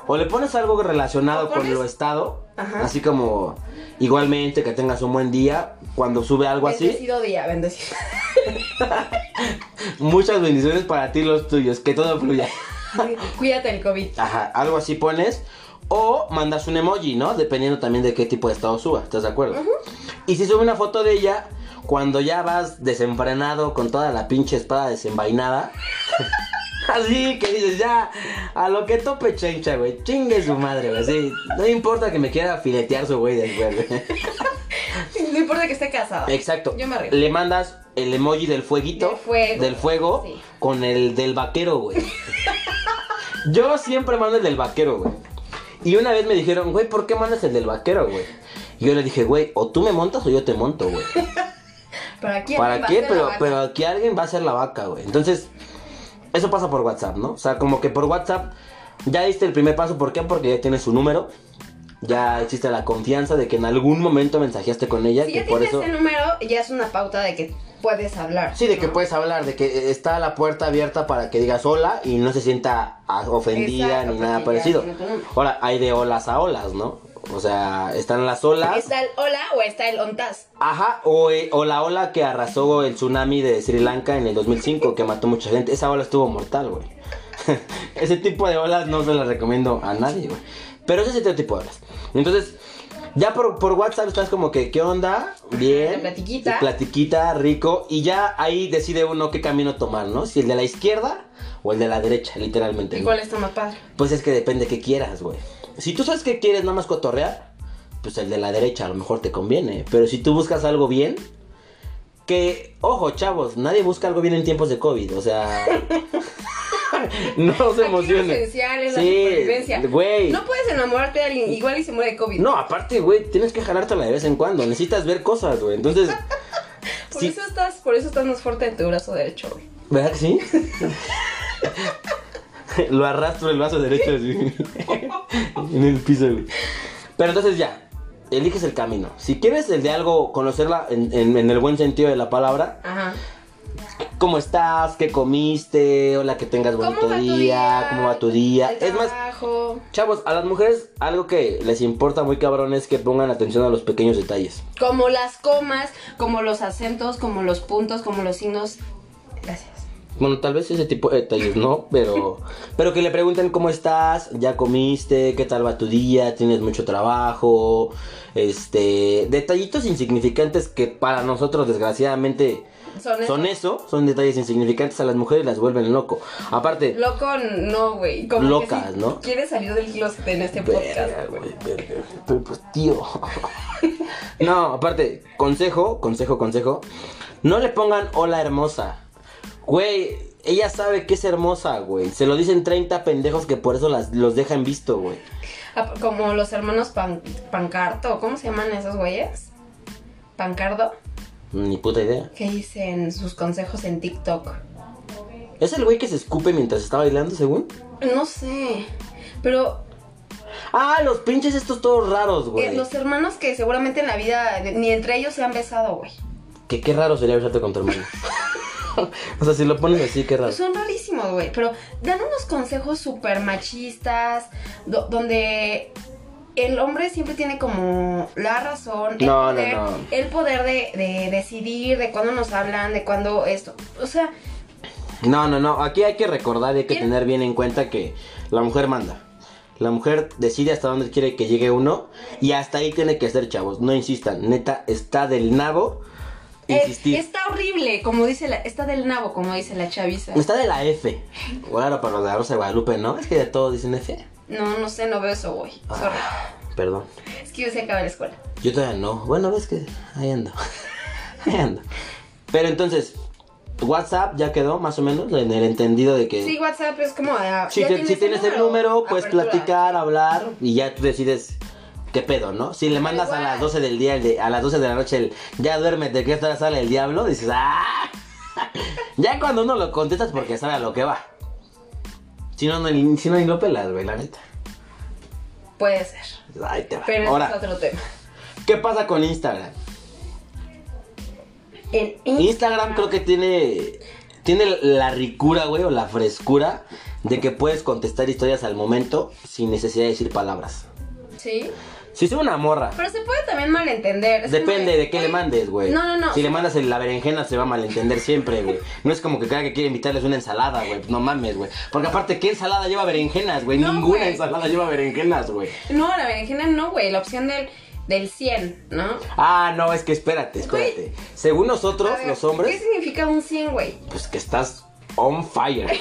Speaker 2: O le pones algo relacionado
Speaker 1: O pones-
Speaker 2: con lo estado,
Speaker 1: Ajá.
Speaker 2: así como igualmente que tengas un buen día, cuando sube algo así,
Speaker 1: Bendecido día, bendecido.
Speaker 2: muchas bendiciones para ti y los tuyos, que todo fluya.
Speaker 1: Cuídate del COVID.
Speaker 2: Ajá, algo así pones. O mandas un emoji, ¿no? Dependiendo también de qué tipo de estado suba, ¿estás de acuerdo? Y si sube una foto de ella, cuando ya vas desenfrenado con toda la pinche espada desenvainada. así que dices, ya, a lo que tope chencha, güey. Chingue su madre, güey. Así, no importa que me quiera filetear su güey después, güey.
Speaker 1: No importa que esté casado.
Speaker 2: Exacto.
Speaker 1: Yo me río.
Speaker 2: Le mandas el emoji del fueguito.
Speaker 1: Del fuego.
Speaker 2: del fuego,
Speaker 1: Sí.
Speaker 2: Con el del vaquero, güey. Yo siempre mando el del vaquero, güey. Y una vez me dijeron, güey, ¿por qué mandas el del vaquero, güey? Y yo le dije, güey, o tú me montas o yo te monto, güey.
Speaker 1: ¿Para quién?
Speaker 2: ¿Para
Speaker 1: Va a
Speaker 2: qué?
Speaker 1: ser la
Speaker 2: Pero,
Speaker 1: vaca.
Speaker 2: pero aquí alguien va a ser la vaca, güey. Entonces, eso pasa por WhatsApp, ¿no? O sea, como que por WhatsApp ya diste el primer paso. ¿Por qué? Porque ya tienes su número. Ya existe la confianza de que en algún momento mensajeaste con ella.
Speaker 1: Si
Speaker 2: que
Speaker 1: ya
Speaker 2: por
Speaker 1: tienes
Speaker 2: eso...
Speaker 1: ese número, ya es una pauta de que puedes hablar.
Speaker 2: Sí, de que
Speaker 1: ¿no?
Speaker 2: puedes hablar, de que está la puerta abierta para que digas hola y no se sienta ah, ofendida
Speaker 1: Exacto,
Speaker 2: ni nada
Speaker 1: porque ya
Speaker 2: parecido.
Speaker 1: tiene tu nombre.
Speaker 2: Ahora, hay de olas a olas, ¿no? O sea, están las olas.
Speaker 1: ¿Está el hola o está el ontas?
Speaker 2: Ajá, o, eh, o la ola que arrasó el tsunami de Sri Lanka en el 2005, que mató mucha gente. Esa ola estuvo mortal, güey. Ese tipo de olas no se las recomiendo a nadie, güey. Pero ese es otro tipo de olas. Entonces, ya por, por WhatsApp estás como que, ¿qué onda? Bien.
Speaker 1: la platiquita.
Speaker 2: Platiquita, rico. Y ya ahí decide uno qué camino tomar, ¿no? Si el de la izquierda o el de la derecha, literalmente.
Speaker 1: ¿Y
Speaker 2: ¿no?
Speaker 1: cuál está más padre?
Speaker 2: Pues es que depende qué quieras, güey. Si tú sabes que quieres nada más cotorrear, pues el de la derecha a lo mejor te conviene. Pero si tú buscas algo bien, que, ojo, chavos, nadie busca algo bien en tiempos de COVID. O sea, no se
Speaker 1: Aquí lo
Speaker 2: emocionen.
Speaker 1: esencial es
Speaker 2: Sí,
Speaker 1: la supervivencia.
Speaker 2: güey.
Speaker 1: No pues- puedes enamorarte de alguien igual y se muere de COVID.
Speaker 2: No, aparte, güey, tienes que jalártela de vez en cuando. Necesitas ver cosas, güey. Entonces,
Speaker 1: Por
Speaker 2: sí.
Speaker 1: eso estás, por eso estás más fuerte en tu brazo derecho, güey.
Speaker 2: ¿verdad que sí? Lo arrastro el brazo derecho así, en el piso, güey. Pero entonces ya, eliges el camino. Si quieres el de algo, conocerla en, en- en el buen sentido de la palabra,
Speaker 1: Ajá.
Speaker 2: cómo estás, qué comiste, hola, que tengas
Speaker 1: ¿Cómo
Speaker 2: bonito
Speaker 1: va
Speaker 2: día,
Speaker 1: tu día?
Speaker 2: cómo va tu día.
Speaker 1: El
Speaker 2: Es más,
Speaker 1: trabajo.
Speaker 2: chavos, a las mujeres algo que les importa muy cabrón es que pongan atención a los pequeños detalles.
Speaker 1: Como las comas, como los acentos, como los puntos, como los signos. Gracias.
Speaker 2: Bueno, tal vez ese tipo de detalles no, pero pero que le pregunten cómo estás, ya comiste, qué tal va tu día, tienes mucho trabajo, este, detallitos insignificantes que para nosotros desgraciadamente
Speaker 1: Son eso.
Speaker 2: son eso, son detalles insignificantes a las mujeres las vuelven loco. Aparte,
Speaker 1: Loco, no, güey. Como que
Speaker 2: Locas,
Speaker 1: sí
Speaker 2: ¿no?
Speaker 1: Quieres salir del closet en este podcast,
Speaker 2: Verga,
Speaker 1: güey.
Speaker 2: güey, verga, pero, pues, tío. No, aparte, consejo, consejo, consejo. No le pongan hola hermosa. Güey, ella sabe que es hermosa, güey. Se lo dicen 30 pendejos que por eso las, los dejan visto, güey.
Speaker 1: Ah, Como los hermanos Pan- Pancarto, ¿cómo se llaman esos güeyes? Pancardo,
Speaker 2: Ni puta idea.
Speaker 1: que dicen sus consejos en TikTok.
Speaker 2: ¿Es el güey que se escupe mientras está bailando, según?
Speaker 1: No sé, pero
Speaker 2: Ah, los pinches estos todos raros,
Speaker 1: eh,
Speaker 2: güey.
Speaker 1: los hermanos que seguramente en la vida de- ni entre ellos se han besado, güey.
Speaker 2: Que qué raro sería besarte con tu hermano. o sea, si lo pones así, qué raro.
Speaker 1: Son rarísimos, güey, pero dan unos consejos súper machistas, do- donde el hombre siempre tiene como la razón, el
Speaker 2: No, no,
Speaker 1: poder,
Speaker 2: no.
Speaker 1: El poder de, de decidir, de cuándo nos hablan, de cuándo esto. O sea,
Speaker 2: No, no, no. Aquí hay que recordar y hay que
Speaker 1: ¿Quién?
Speaker 2: tener bien en cuenta que la mujer manda. La mujer decide hasta dónde quiere que llegue uno y hasta ahí tiene que hacer, chavos. No insistan. Neta, está del nabo
Speaker 1: eh,
Speaker 2: insistir.
Speaker 1: está horrible, como dice la, está del nabo, como dice la chaviza.
Speaker 2: Está de la F. Claro, para los de la Rosa de Guadalupe, ¿no? Es que de todos dicen F.
Speaker 1: No, no sé, no veo eso, güey.
Speaker 2: Ah.
Speaker 1: Sorry.
Speaker 2: Perdón.
Speaker 1: Es que yo sé acabar la escuela.
Speaker 2: Yo todavía no. Bueno, ves que ahí ando. ahí ando. Pero entonces, WhatsApp ya quedó más o menos en el entendido de que...
Speaker 1: Sí, WhatsApp es como. ah,
Speaker 2: Si,
Speaker 1: ya
Speaker 2: te- si tienes el número, pues
Speaker 1: apertura.
Speaker 2: platicar, hablar y ya tú decides qué pedo, ¿no? Si le mandas a
Speaker 1: igual.
Speaker 2: las 12 del día, el de- a las 12 de la noche el ya duérmete, que esta sale el diablo, dices, ¡ah! ya cuando uno lo contestas porque sabe a lo que va. Si no, no, ni- si no ni lo pelas, güey, la neta.
Speaker 1: Puede ser.
Speaker 2: Ahí te va.
Speaker 1: Pero ese
Speaker 2: Ahora,
Speaker 1: es otro tema.
Speaker 2: ¿qué pasa con Instagram?
Speaker 1: En
Speaker 2: Instagram creo que tiene tiene la ricura, güey, o la frescura de que puedes contestar historias al momento sin necesidad de decir palabras.
Speaker 1: Sí.
Speaker 2: Si soy una morra,
Speaker 1: Pero se puede también malentender. es como
Speaker 2: depende de qué le
Speaker 1: "Oye,
Speaker 2: mandes, güey.
Speaker 1: No, no, no.
Speaker 2: Si le mandas el- la berenjena se va a malentender siempre, güey. No es como que cada que quiere invitarles una ensalada, güey. No mames, güey. Porque aparte, ¿qué ensalada lleva berenjenas, güey?
Speaker 1: No,
Speaker 2: Ninguna
Speaker 1: güey.
Speaker 2: ensalada lleva berenjenas, güey.
Speaker 1: No, la berenjena no, güey. La opción del, del 100, ¿no?
Speaker 2: Ah, no, es que espérate, espérate. Según nosotros,
Speaker 1: A ver,
Speaker 2: los
Speaker 1: ¿Qué
Speaker 2: hombres,
Speaker 1: significa un 100, güey?
Speaker 2: pues que estás on fire.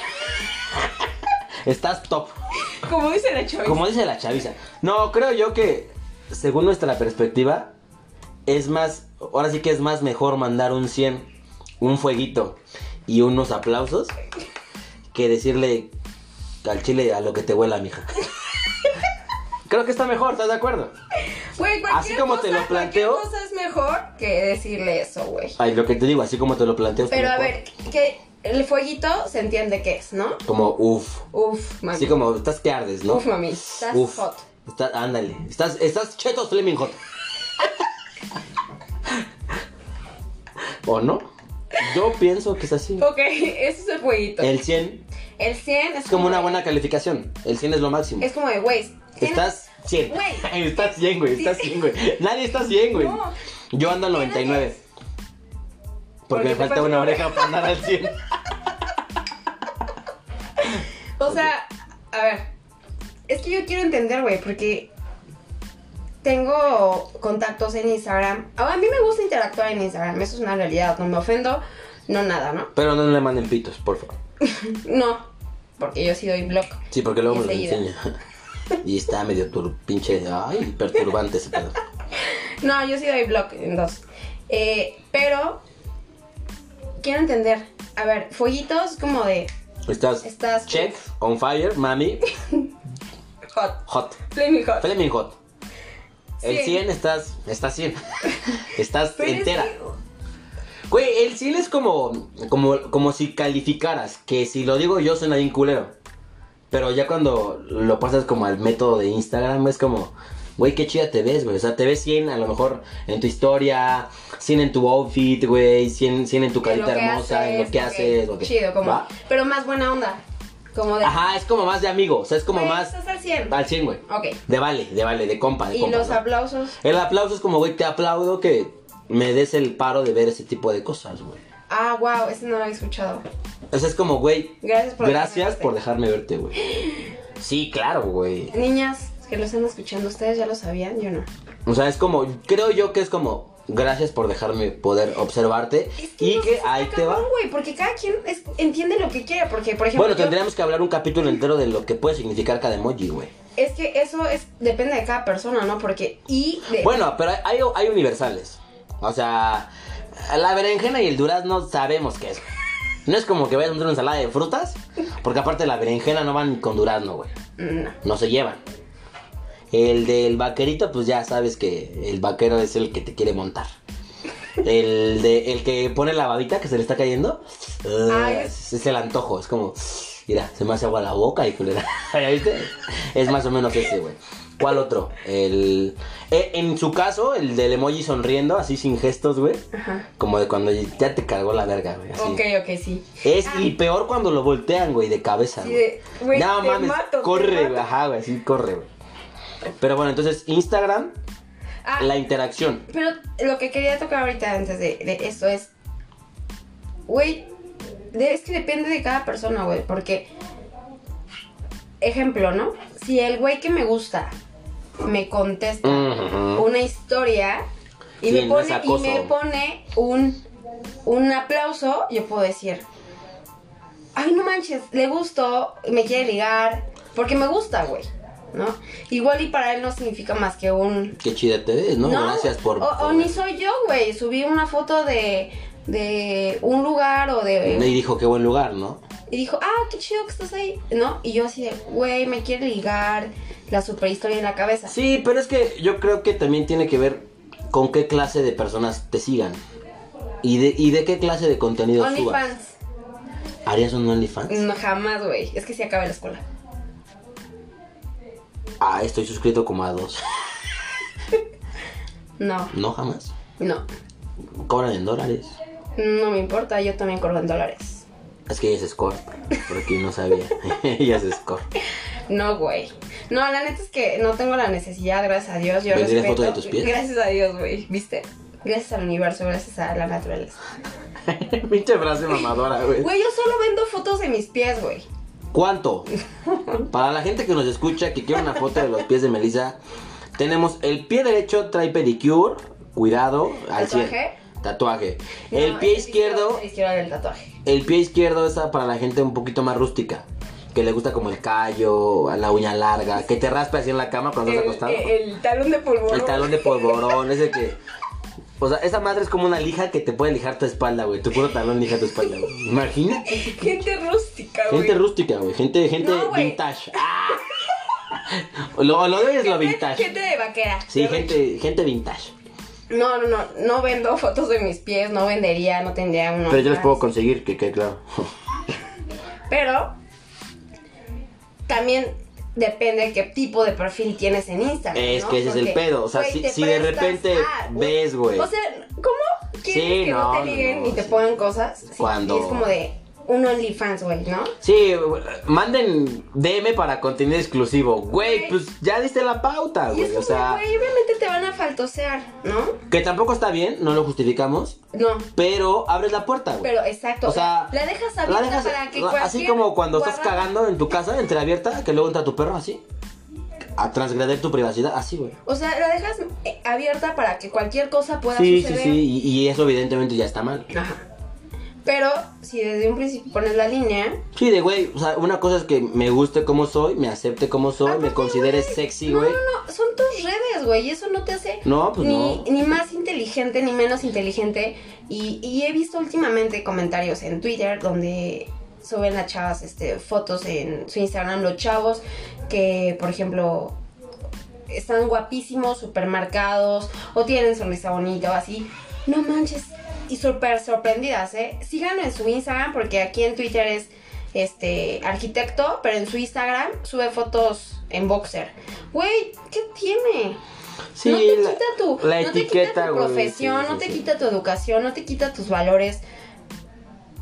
Speaker 2: estás top.
Speaker 1: Como dice la chaviza.
Speaker 2: Como dice la chaviza. No, creo yo que, según nuestra perspectiva, es más, ahora sí que es más mejor mandar un 100, un fueguito y unos aplausos que decirle al chile a lo que te huela, mija. creo que está mejor, ¿estás de acuerdo?
Speaker 1: Güey, cualquier
Speaker 2: así como te lo
Speaker 1: cosa- cualquier
Speaker 2: planteo-
Speaker 1: cosa es mejor que decirle eso, güey.
Speaker 2: Ay, lo que te digo, así como te lo planteo. está
Speaker 1: Pero a
Speaker 2: mejor.
Speaker 1: ver, que el fueguito se entiende qué es, ¿no?
Speaker 2: Como, uff.
Speaker 1: Uf, mami.
Speaker 2: Así como, estás que ardes, ¿no?
Speaker 1: Uf, mami, estás
Speaker 2: Uf.
Speaker 1: hot.
Speaker 2: Está- ándale. Estás, estás chetos Fleming hot. ¿O no? Yo pienso que es así.
Speaker 1: Ok, ese es el fueguito. El,
Speaker 2: El 100
Speaker 1: 100 es
Speaker 2: es como una
Speaker 1: de-
Speaker 2: buena calificación. El 100 es lo máximo.
Speaker 1: Es como de, güey. tienes-
Speaker 2: Estás 100.
Speaker 1: Güey.
Speaker 2: Estás 100, güey. Estás 100, güey. Nadie está 100, güey.
Speaker 1: No.
Speaker 2: Yo ando al 99. Porque
Speaker 1: Porque
Speaker 2: me
Speaker 1: te
Speaker 2: falta
Speaker 1: falta
Speaker 2: una
Speaker 1: una
Speaker 2: oreja para andar al 100.
Speaker 1: O sea, a ver. Es que yo quiero entender, güey, porque tengo contactos en Instagram. A a mí me gusta interactuar en Instagram, eso es una realidad. No me ofendo, no nada, ¿no?
Speaker 2: Pero no le manden pitos, por favor.
Speaker 1: No, porque yo sí doy blog.
Speaker 2: Sí, porque luego me lo
Speaker 1: Enseguida.
Speaker 2: enseña. Y está medio tur- pinche. Ay, perturbante ese pedo.
Speaker 1: No, yo sí doy blog en dos. Eh, pero quiero entender. A ver, follitos como de
Speaker 2: Estás,
Speaker 1: Estás-
Speaker 2: check, on fire, mami,
Speaker 1: hot,
Speaker 2: hot.
Speaker 1: flaming hot.
Speaker 2: Flaming hot. El
Speaker 1: Sí.
Speaker 2: 100 estás, estás 100. estás
Speaker 1: Pero es
Speaker 2: entera.
Speaker 1: que-
Speaker 2: Güey, el 100 es como, como, como si calificaras, que si lo digo yo suena bien culero. Pero ya cuando lo pasas como al método de Instagram, es como, güey, qué chida te ves, güey. O sea, te ves 100 a lo mejor en tu historia, 100 en tu outfit, güey, 100, 100 en tu
Speaker 1: en lo
Speaker 2: carita
Speaker 1: que
Speaker 2: hermosa, en lo que
Speaker 1: ok.
Speaker 2: haces. ok.
Speaker 1: Chido, como.
Speaker 2: ¿Va?
Speaker 1: Pero más buena onda. Como de.
Speaker 2: Ajá, es como más de amigo, o sea, es como
Speaker 1: güey,
Speaker 2: más
Speaker 1: Estás al 100.
Speaker 2: al 100, güey.
Speaker 1: Ok.
Speaker 2: De vale, de vale, de compa, de
Speaker 1: Y
Speaker 2: compa,
Speaker 1: los
Speaker 2: ¿no?
Speaker 1: aplausos.
Speaker 2: El aplauso es como, güey, te aplaudo que me des el paro de ver ese tipo de cosas, güey.
Speaker 1: Ah, wow, ese no lo había escuchado.
Speaker 2: O sea, es como, güey,
Speaker 1: Gracias por
Speaker 2: gracias
Speaker 1: dejarme
Speaker 2: por dejarme verte, güey. Sí, claro, güey.
Speaker 1: verte. Niñas que lo están escuchando, ¿ustedes ya lo sabían? Yo no.
Speaker 2: O sea, es como, creo yo que es como, gracias por dejarme poder observarte y
Speaker 1: no sé
Speaker 2: que
Speaker 1: si está
Speaker 2: ahí te va.
Speaker 1: cabrón, güey, porque cada quien es- entiende lo que quiere. Porque, por ejemplo.
Speaker 2: Bueno,
Speaker 1: yo-
Speaker 2: tendríamos que hablar un capítulo entero de lo que puede significar cada emoji, güey.
Speaker 1: es que eso es depende de cada persona, ¿no? Porque y de-
Speaker 2: Bueno, pero hay, hay universales. O sea, la berenjena y el durazno sabemos qué es. No es como que vayas a meter una ensalada de frutas, porque aparte la berenjena no van con durazno, güey.
Speaker 1: no.
Speaker 2: No se llevan. El del vaquerito, pues ya sabes que el vaquero es el que te quiere montar. El, de, el que pone la babita que se le está cayendo, uh,
Speaker 1: Ay,
Speaker 2: es, es el antojo, es como, mira, se me hace agua la boca y culera. ¿Ya viste? Es más o menos ese, güey. ¿Cuál otro? El, eh, en su caso, el del emoji sonriendo, así sin gestos, güey.
Speaker 1: Ajá.
Speaker 2: Como de cuando ya te cargó la verga, güey. así.
Speaker 1: Ok, ok, sí.
Speaker 2: Es
Speaker 1: Ah.
Speaker 2: y peor cuando lo voltean, güey, de cabeza.
Speaker 1: Sí,
Speaker 2: güey.
Speaker 1: de, güey,
Speaker 2: no
Speaker 1: te
Speaker 2: mames,
Speaker 1: mato, te
Speaker 2: corre,
Speaker 1: mato.
Speaker 2: güey, ajá, güey, sí, corre, güey. Pero bueno, entonces Instagram,
Speaker 1: Ah,
Speaker 2: la interacción.
Speaker 1: Pero lo que quería tocar ahorita antes de, de esto es. Güey, de- es que depende de cada persona, güey. Porque. Ejemplo, ¿no? Si el güey que me gusta me contesta
Speaker 2: Ujú.
Speaker 1: una historia y,
Speaker 2: Sí,
Speaker 1: me,
Speaker 2: no
Speaker 1: pone,
Speaker 2: es
Speaker 1: y
Speaker 2: acoso.
Speaker 1: me pone un, un aplauso, yo puedo decir. Ay, no manches, le gustó, me quiere ligar, porque me gusta, güey, ¿no? Igual y para él no significa más que un
Speaker 2: Qué chida te ves, ¿no? Gracias por.
Speaker 1: o, o ni soy yo, güey. Subí una foto de, de un lugar o de.
Speaker 2: Y dijo, qué buen lugar, ¿no?
Speaker 1: Y dijo, ah, qué chido que estás ahí, ¿no? Y yo así de, güey, me quiere ligar la superhistoria en la cabeza.
Speaker 2: Sí, pero es que yo creo que también tiene que ver con qué clase de personas te sigan. Y de, y de qué clase de contenido subas.
Speaker 1: OnlyFans.
Speaker 2: ¿Harías un OnlyFans?
Speaker 1: No, jamás, güey. Es que se acaba la escuela.
Speaker 2: Ah, estoy suscrito como a dos.
Speaker 1: No,
Speaker 2: No, jamás.
Speaker 1: no.
Speaker 2: Cobran en dólares.
Speaker 1: No me importa, yo también cobro en dólares.
Speaker 2: Es que ella es Score, por aquí no sabía. ella es Score.
Speaker 1: No, güey. No, la neta es que no tengo la necesidad, gracias a Dios. Yo
Speaker 2: ¿Vendrías
Speaker 1: respeto.
Speaker 2: foto de tus pies?
Speaker 1: Gracias a Dios, güey. ¿Viste? Gracias al universo, gracias a la naturaleza.
Speaker 2: Pinche frase mamadora,
Speaker 1: Güey, yo solo vendo fotos de mis pies, güey.
Speaker 2: ¿Cuánto? Para la gente que nos escucha, que quiere una foto de los pies de Melissa, tenemos el pie derecho trae pedicure, cuidado, al cien.
Speaker 1: ¿Tatuaje?
Speaker 2: Tatuaje.
Speaker 1: No,
Speaker 2: el pie
Speaker 1: es
Speaker 2: izquierdo,
Speaker 1: El pie izquierdo del tatuaje.
Speaker 2: el pie izquierdo es para la gente un poquito más rústica, que le gusta como el callo, la uña larga, que te raspa así en la cama cuando estás acostado.
Speaker 1: el eh, talón de polvo.
Speaker 2: El talón de polvorón, ese que. O sea, esa madre es como una lija que te puede lijar tu espalda, güey. Tu puro talón lija tu espalda, güey. Imagínate.
Speaker 1: Gente rústica, güey.
Speaker 2: Gente rústica, güey. Gente, gente
Speaker 1: No, güey.
Speaker 2: vintage. ¡Ah! Lo, lo de es lo vintage.
Speaker 1: Gente de vaquera.
Speaker 2: sí,
Speaker 1: De
Speaker 2: gente, gente vintage.
Speaker 1: No, no, no. No vendo fotos de mis pies. No vendería, no tendría uno.
Speaker 2: Pero yo les
Speaker 1: más.
Speaker 2: puedo conseguir, que quede claro.
Speaker 1: Pero. También depende qué tipo de perfil tienes en Instagram.
Speaker 2: Es
Speaker 1: ¿no?
Speaker 2: que ese es el
Speaker 1: Porque,
Speaker 2: pedo, o sea,
Speaker 1: güey,
Speaker 2: si-
Speaker 1: te
Speaker 2: si de
Speaker 1: prestas
Speaker 2: repente ves, güey.
Speaker 1: O sea, ¿cómo quieres
Speaker 2: Sí,
Speaker 1: que no,
Speaker 2: no,
Speaker 1: te
Speaker 2: no,
Speaker 1: liguen
Speaker 2: no,
Speaker 1: y te
Speaker 2: sí.
Speaker 1: pongan cosas? Sí,
Speaker 2: Cuando-
Speaker 1: y es como de un OnlyFans, güey, ¿no?
Speaker 2: Sí, güey, manden DM para contenido exclusivo. Güey,
Speaker 1: Güey.
Speaker 2: pues ya diste la pauta,
Speaker 1: Y es
Speaker 2: güey.
Speaker 1: como,
Speaker 2: O sea,
Speaker 1: güey, obviamente te van a faltosear, ¿no?
Speaker 2: que tampoco está bien, no lo justificamos.
Speaker 1: No,
Speaker 2: Pero abres la puerta, güey.
Speaker 1: pero exacto.
Speaker 2: O sea,
Speaker 1: la dejas
Speaker 2: La
Speaker 1: abierta
Speaker 2: dejas-
Speaker 1: para que
Speaker 2: la-
Speaker 1: cualquier
Speaker 2: así como cuando estás
Speaker 1: guarrada-
Speaker 2: cagando en tu casa entreabierta, que luego entra tu perro así. A transgredir tu privacidad, así, güey.
Speaker 1: O sea, la dejas eh, abierta para que cualquier cosa pueda
Speaker 2: Sí, sí,
Speaker 1: suceder.
Speaker 2: sí, y, y eso evidentemente ya está mal.
Speaker 1: Ajá. Pero si desde un principio pones la línea,
Speaker 2: Sí, de güey, o sea, una cosa es que me guste como soy, me acepte como soy, me
Speaker 1: Aparte,
Speaker 2: considere
Speaker 1: güey,
Speaker 2: sexy,
Speaker 1: no,
Speaker 2: güey.
Speaker 1: no, no, son tus redes, güey, y eso no te hace
Speaker 2: No, pues
Speaker 1: ni,
Speaker 2: no.
Speaker 1: ni más inteligente ni menos inteligente. Y, y he visto últimamente comentarios en Twitter donde suben las chavas este, fotos en su Instagram, los chavos que, por ejemplo, están guapísimos, supermercados, o tienen sonrisa bonita o así. No manches. Y súper sorprendidas, ¿eh? Síganlo en su Instagram porque aquí en Twitter es este arquitecto, pero en su Instagram sube fotos en boxer. Güey, ¿qué tiene?
Speaker 2: Sí,
Speaker 1: no te
Speaker 2: la,
Speaker 1: quita tu,
Speaker 2: la
Speaker 1: no te
Speaker 2: etiqueta,
Speaker 1: quita tu
Speaker 2: güey,
Speaker 1: profesión,
Speaker 2: sí,
Speaker 1: no
Speaker 2: sí,
Speaker 1: te
Speaker 2: sí.
Speaker 1: quita tu educación, no te quita tus valores.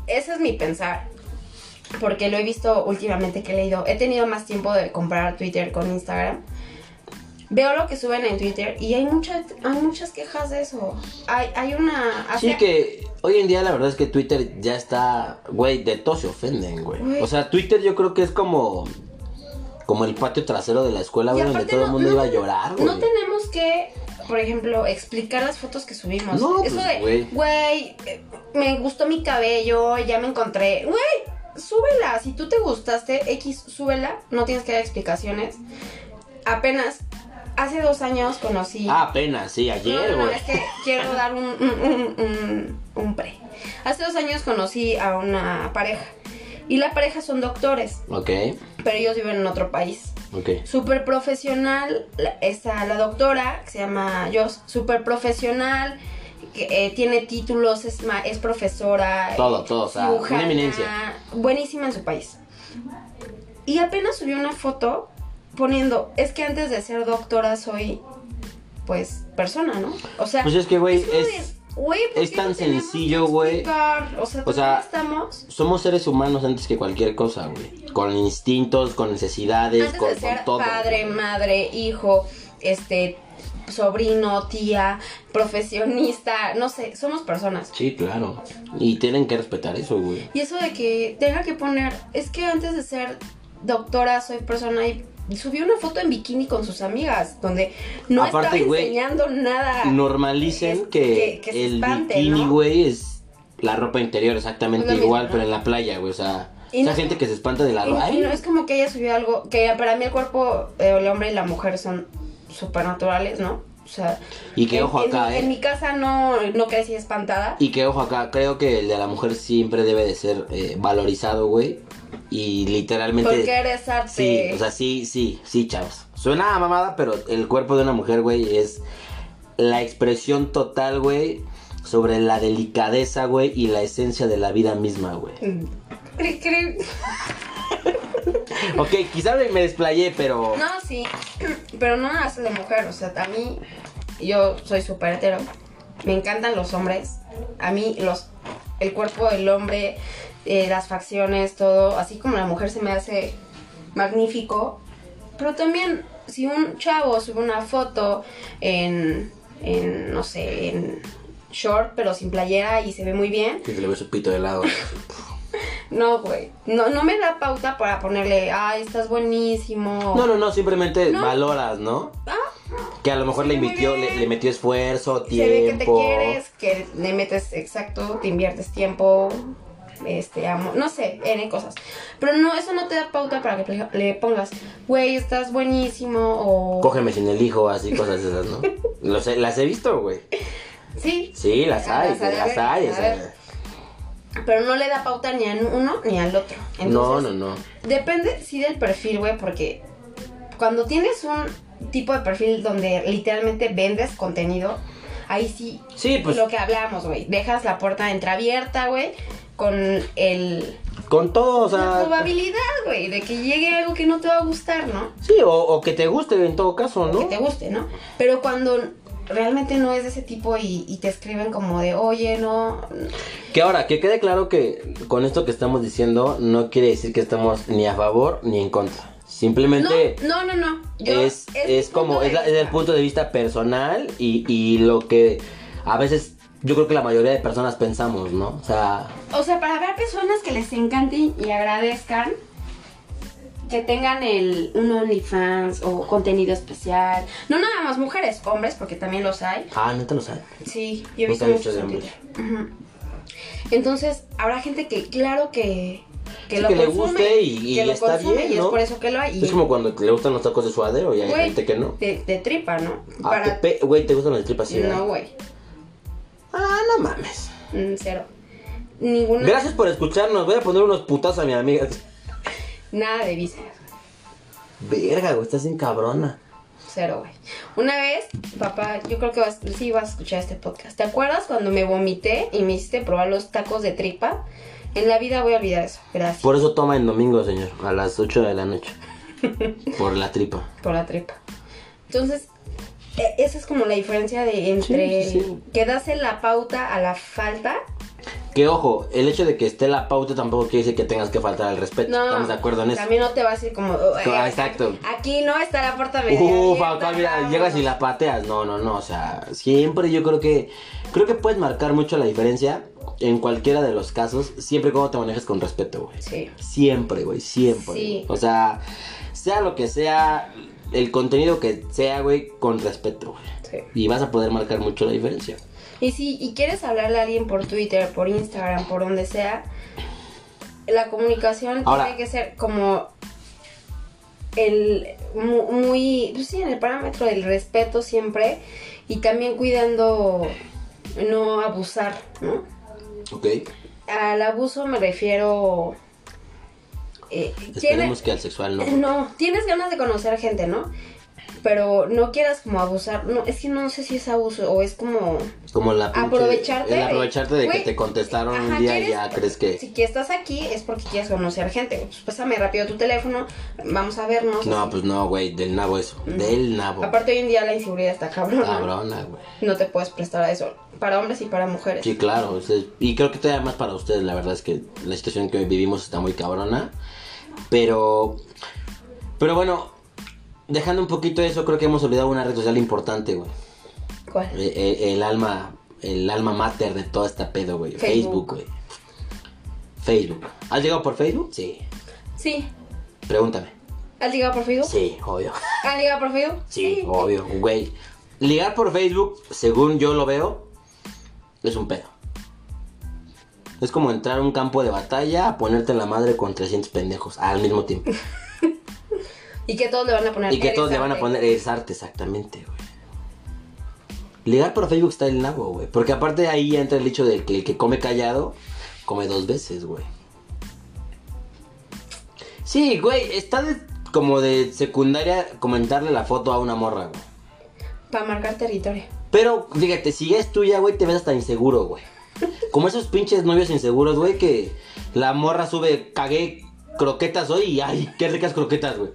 Speaker 1: Ese es mi pensar. Porque lo he visto últimamente que he leído. He tenido más tiempo de comparar Twitter con Instagram. Veo lo que suben en Twitter y hay muchas, hay muchas quejas de eso. Hay, hay una.
Speaker 2: Sí,
Speaker 1: hacia-
Speaker 2: que hoy en día la verdad es que Twitter ya está, güey, de todo se ofenden, güey.
Speaker 1: Güey.
Speaker 2: O sea, Twitter yo creo que es como como el patio trasero de la escuela,
Speaker 1: y
Speaker 2: güey, donde
Speaker 1: aparte
Speaker 2: todo el
Speaker 1: no-
Speaker 2: mundo
Speaker 1: no
Speaker 2: iba a
Speaker 1: ten-
Speaker 2: llorar, güey.
Speaker 1: No tenemos que, por ejemplo, explicar las fotos que subimos.
Speaker 2: No,
Speaker 1: Eso
Speaker 2: pues,
Speaker 1: de,
Speaker 2: güey.
Speaker 1: güey, eh, me gustó mi cabello, ya me encontré. Güey, súbela. Si tú te gustaste, X, súbela. No tienes que dar explicaciones. apenas hace dos años conocí.
Speaker 2: Ah, apenas, sí, ayer,
Speaker 1: No, no, no,
Speaker 2: güey.
Speaker 1: es que quiero dar un, un, un- un- un pre. Hace dos años conocí a una pareja. Y la pareja son doctores,
Speaker 2: Ok,
Speaker 1: pero ellos viven en otro país.
Speaker 2: ok.
Speaker 1: Súper profesional la- está la doctora, que se llama Joss, súper profesional, que, eh, tiene títulos, es, ma- es profesora.
Speaker 2: Todo, todo, o sea, una
Speaker 1: cirujana,
Speaker 2: eminencia.
Speaker 1: Buenísima en su país. Y apenas subió una foto poniendo, es que antes de ser doctora soy, pues, persona, ¿no? O sea,
Speaker 2: Pues es que, güey,
Speaker 1: como de,
Speaker 2: es,
Speaker 1: güey, ¿por
Speaker 2: es
Speaker 1: qué
Speaker 2: tan
Speaker 1: no tenemos que
Speaker 2: sencillo, güey.
Speaker 1: explicar? O sea,
Speaker 2: O sea,
Speaker 1: ¿dónde estamos
Speaker 2: somos seres humanos antes que cualquier cosa, güey. Con instintos, con necesidades,
Speaker 1: antes
Speaker 2: con,
Speaker 1: de ser
Speaker 2: con todo.
Speaker 1: padre,
Speaker 2: güey.
Speaker 1: madre, hijo, este sobrino, tía, profesionista, no sé, somos personas.
Speaker 2: Sí, claro. Y tienen que respetar eso, güey.
Speaker 1: Y eso de que tenga que poner, es que antes de ser doctora soy persona y subí una foto en bikini con sus amigas donde no
Speaker 2: Aparte,
Speaker 1: estaba
Speaker 2: güey,
Speaker 1: enseñando nada.
Speaker 2: Normalicen
Speaker 1: Es- que-
Speaker 2: que,
Speaker 1: que se
Speaker 2: el
Speaker 1: espante,
Speaker 2: bikini,
Speaker 1: ¿no?
Speaker 2: güey, es la ropa interior exactamente
Speaker 1: Lo mismo,
Speaker 2: igual,
Speaker 1: ¿no?
Speaker 2: pero en la playa, güey. O sea,
Speaker 1: Y
Speaker 2: o sea,
Speaker 1: no-
Speaker 2: gente que se espanta de la ropa.
Speaker 1: Y, y no es como que ella subió algo, que para mí el cuerpo, eh, el hombre y la mujer son supernaturales, ¿no? O sea,
Speaker 2: Y que
Speaker 1: en-
Speaker 2: ojo
Speaker 1: en
Speaker 2: acá,
Speaker 1: mi-
Speaker 2: ¿eh?
Speaker 1: En mi casa no, no crecí espantada.
Speaker 2: Y que ojo acá, creo que el de la mujer siempre debe de ser eh, valorizado, güey. Y literalmente.
Speaker 1: Porque eres arte.
Speaker 2: Sí, o sea, sí, sí, sí, chavos. Suena a mamada, pero el cuerpo de una mujer, güey, es la expresión total, güey, sobre la delicadeza, güey, y la esencia de la vida misma, güey.
Speaker 1: Mm. Cri, cri.
Speaker 2: Ok, quizás me desplayé, pero...
Speaker 1: No, sí. Pero no nada más de mujer. O sea, a mí, yo soy súper hetero. Me encantan los hombres. A mí, los, el cuerpo del hombre, eh, las facciones, todo. Así como la mujer se me hace magnífico. Pero también, si un chavo sube una foto en, en no sé, en short, pero sin playera y se ve muy bien,
Speaker 2: Que le ve su pito de lado.
Speaker 1: No, güey. No, no me da pauta para ponerle, ay, estás buenísimo.
Speaker 2: No, no, no, simplemente
Speaker 1: No.
Speaker 2: valoras, ¿no? Que a lo mejor
Speaker 1: Sí,
Speaker 2: le
Speaker 1: muy
Speaker 2: invirtió,
Speaker 1: bien.
Speaker 2: le, le metió esfuerzo,
Speaker 1: Se ve que te
Speaker 2: tiempo.
Speaker 1: quieres, que le metes exacto, te inviertes tiempo, este, amo, no sé, N cosas. Pero no, eso no te da pauta para que le- le pongas, güey, estás buenísimo o...
Speaker 2: Cógeme sin el hijo, así cosas esas, ¿no? Los he- las he visto, güey.
Speaker 1: Sí,
Speaker 2: Sí, las
Speaker 1: Ah,
Speaker 2: hay,
Speaker 1: las hay,
Speaker 2: las hay. o
Speaker 1: a
Speaker 2: sea,
Speaker 1: ver. pero no le da pauta ni a uno ni al otro. Entonces,
Speaker 2: no, no, no.
Speaker 1: Depende, sí, del perfil, güey, porque cuando tienes un tipo de perfil donde literalmente vendes contenido, ahí sí
Speaker 2: Sí, pues
Speaker 1: lo que hablamos, güey. Dejas la puerta entreabierta, güey, con el
Speaker 2: con todo, o sea...
Speaker 1: la probabilidad, güey, de que llegue algo que no te va a gustar, ¿no?
Speaker 2: Sí, o, o que te guste en todo caso, ¿no?
Speaker 1: Que te guste, ¿no? Pero cuando realmente no es de ese tipo y, y te escriben como de, oye, no,
Speaker 2: Que ahora, que quede claro que con esto que estamos diciendo no quiere decir que estamos ni a favor ni en contra.
Speaker 1: no,
Speaker 2: Simplemente
Speaker 1: no, no, no. Yo-
Speaker 2: es, es,
Speaker 1: mi
Speaker 2: como,
Speaker 1: punto de
Speaker 2: es, la- es el
Speaker 1: vista.
Speaker 2: punto de vista personal y, y lo que a veces yo creo que la mayoría de personas pensamos, ¿no? O sea,
Speaker 1: O sea, para ver personas que les encante y agradezcan que tengan el un OnlyFans o contenido especial. No nada más mujeres, hombres, porque también los hay.
Speaker 2: ah, no te lo sabes.
Speaker 1: Sí, yo he
Speaker 2: Me
Speaker 1: visto
Speaker 2: gustan
Speaker 1: muchos
Speaker 2: mucho
Speaker 1: en
Speaker 2: de
Speaker 1: Twitter. Ujú. Entonces, habrá gente que, claro que.
Speaker 2: Sí,
Speaker 1: lo
Speaker 2: que le
Speaker 1: consume,
Speaker 2: guste y- y
Speaker 1: que lo
Speaker 2: está
Speaker 1: consume
Speaker 2: bien,
Speaker 1: Y es
Speaker 2: ¿no?
Speaker 1: por eso que lo hay. y-
Speaker 2: Es como cuando le gustan los tacos de suadero y hay
Speaker 1: güey,
Speaker 2: gente que no.
Speaker 1: De, de tripa, ¿no?
Speaker 2: Ah, te pe- Güey, ¿te gustan las tripas? Sí,
Speaker 1: No,
Speaker 2: ¿verdad?
Speaker 1: güey.
Speaker 2: Ah, no mames.
Speaker 1: Mm, Cero. Ninguna.
Speaker 2: Gracias por escucharnos. Voy a poner unos putas a mi amiga.
Speaker 1: Nada de visa.
Speaker 2: Verga, güey, estás bien cabrona.
Speaker 1: Cero, güey. Una vez, papá, yo creo que vas, sí vas a escuchar este podcast. ¿Te acuerdas cuando me vomité y me hiciste probar los tacos de tripa? En la vida voy a olvidar eso. Gracias por,
Speaker 2: Por eso toma en domingo, señor, a las 8 de la noche. Por la tripa.
Speaker 1: la tripa. Entonces, e- esa es como la diferencia de entre
Speaker 2: Sí, sí, sí.
Speaker 1: que das la pauta a la falta.
Speaker 2: Que ojo, el hecho de que esté la pauta tampoco quiere decir que tengas que faltar al respeto.
Speaker 1: No,
Speaker 2: Estamos de acuerdo en eso.
Speaker 1: También no te vas a ir como.
Speaker 2: Ah, exacto.
Speaker 1: Aquí no está la puerta media.
Speaker 2: Ufa,
Speaker 1: abierta,
Speaker 2: mira,
Speaker 1: vámonos.
Speaker 2: llegas y la pateas. No, no, no. O sea, siempre yo creo que. Creo que puedes marcar mucho la diferencia en cualquiera de los casos, siempre y cuando te manejes con respeto, güey.
Speaker 1: Sí.
Speaker 2: Siempre, güey, siempre.
Speaker 1: Sí.
Speaker 2: güey. O sea, sea lo que sea, el contenido que sea, güey, con respeto, güey.
Speaker 1: Sí.
Speaker 2: Y vas a poder marcar mucho la diferencia.
Speaker 1: Y si y quieres hablarle a alguien por Twitter, por Instagram, por donde sea, la comunicación
Speaker 2: Ahora.
Speaker 1: tiene que ser como el mu- muy, pues sí, en el parámetro del respeto siempre y también cuidando no abusar, ¿no?
Speaker 2: Ok.
Speaker 1: Al abuso me refiero... eh, tiene-
Speaker 2: Esperemos que al sexual no.
Speaker 1: no, tienes ganas de conocer gente, ¿no? Pero no quieras como abusar. No, es que no sé si es abuso o es como
Speaker 2: Como la pinche-
Speaker 1: Aprovecharte
Speaker 2: El
Speaker 1: de-
Speaker 2: aprovecharte de que
Speaker 1: Güey,
Speaker 2: te contestaron
Speaker 1: ajá,
Speaker 2: un día y
Speaker 1: ¿quieres?
Speaker 2: ya crees que.
Speaker 1: si que estás aquí es porque quieres conocer gente. Pues pásame rápido tu teléfono, vamos a vernos.
Speaker 2: No, pues no, güey, del nabo eso. Del nabo.
Speaker 1: Aparte hoy en día la inseguridad está cabrón. ¿no?
Speaker 2: Cabrona, güey.
Speaker 1: No te puedes prestar a eso. Para hombres y para mujeres.
Speaker 2: Sí, claro. o sea, Y creo que todavía más para ustedes, la verdad es que la situación que vivimos está muy cabrona. Pero. Pero bueno, dejando un poquito eso, creo que hemos olvidado una red social importante, güey.
Speaker 1: ¿Cuál?
Speaker 2: Eh, eh, El, alma. El alma mater de toda esta pedo, güey.
Speaker 1: Facebook.
Speaker 2: Facebook, güey. Facebook. ¿Has llegado por Facebook? Sí.
Speaker 1: Sí.
Speaker 2: Pregúntame.
Speaker 1: ¿Has ligado por Facebook?
Speaker 2: Sí, obvio.
Speaker 1: ¿Has ligado por Facebook?
Speaker 2: Sí, obvio, güey. Ligar por Facebook, según yo lo veo, es un pedo. Es como entrar a un campo de batalla a ponerte en la madre con 300 pendejos al mismo tiempo.
Speaker 1: Y que todos le van a poner.
Speaker 2: Y que todos le van a
Speaker 1: eres
Speaker 2: poner es arte, exactamente, güey. Ligar por Facebook está el nabo, güey. Porque aparte ahí entra el hecho de que el que come callado, come dos veces, güey. Sí, güey, está de- como de secundaria comentarle la foto a una morra, güey.
Speaker 1: arte. Para marcar territorio.
Speaker 2: Pero, fíjate, si ya es tuya, güey, te ves hasta inseguro, güey. Como esos pinches novios inseguros, güey, que la morra sube, cagué croquetas hoy y ay, qué ricas croquetas, güey.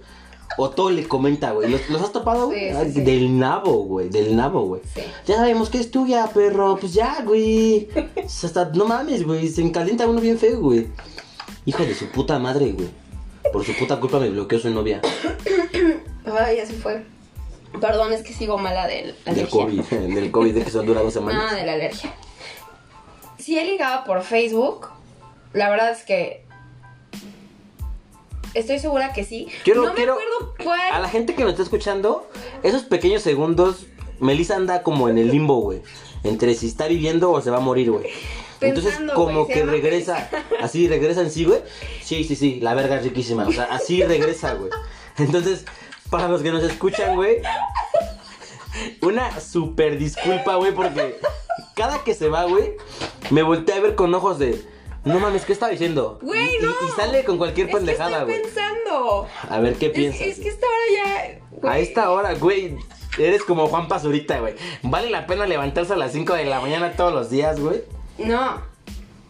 Speaker 2: O todo le comenta, güey. ¿Los, los has topado, güey?
Speaker 1: Sí, sí,
Speaker 2: Ay,
Speaker 1: sí.
Speaker 2: Del nabo, güey. Del nabo, güey.
Speaker 1: Sí.
Speaker 2: Ya sabemos que es tuya, perro. Pues ya, güey. O sea, Hasta, no mames, güey. Se encalienta uno bien feo, güey. Hijo de su puta madre, güey. Por su puta culpa me bloqueó su novia.
Speaker 1: Ay, ya se fue. Perdón, es que sigo mala del
Speaker 2: Del COVID. Del COVID, de que son dura dos semanas.
Speaker 1: Nada de la alergia. Si he ligado por Facebook, la verdad es que. Estoy segura que sí.
Speaker 2: Quiero,
Speaker 1: no
Speaker 2: quiero-
Speaker 1: me acuerdo cuál.
Speaker 2: A la gente que nos está escuchando, esos pequeños segundos, Melissa anda como en el limbo, güey. Entre si está viviendo o se va a morir, güey. Entonces,
Speaker 1: Pensando,
Speaker 2: como
Speaker 1: güey, se
Speaker 2: que
Speaker 1: llama
Speaker 2: regresa, así regresa en sí, güey. Sí, sí, sí, la verga es riquísima. O sea, así regresa, güey. Entonces, para los que nos escuchan, güey, una super disculpa, güey, porque cada que se va, güey, me volteé a ver con ojos de. No mames, ¿qué estaba diciendo?
Speaker 1: Güey,
Speaker 2: Y- y-
Speaker 1: no.
Speaker 2: Y, sale con cualquier
Speaker 1: Es que
Speaker 2: pendejada,
Speaker 1: estoy
Speaker 2: güey.
Speaker 1: pensando.
Speaker 2: A ver qué
Speaker 1: Es,
Speaker 2: piensas.
Speaker 1: es que esta hora ya. güey,
Speaker 2: A esta hora, güey, eres como Juan Pazurita, güey. ¿Vale la pena levantarse a las 5 de la mañana todos los días, güey?
Speaker 1: No.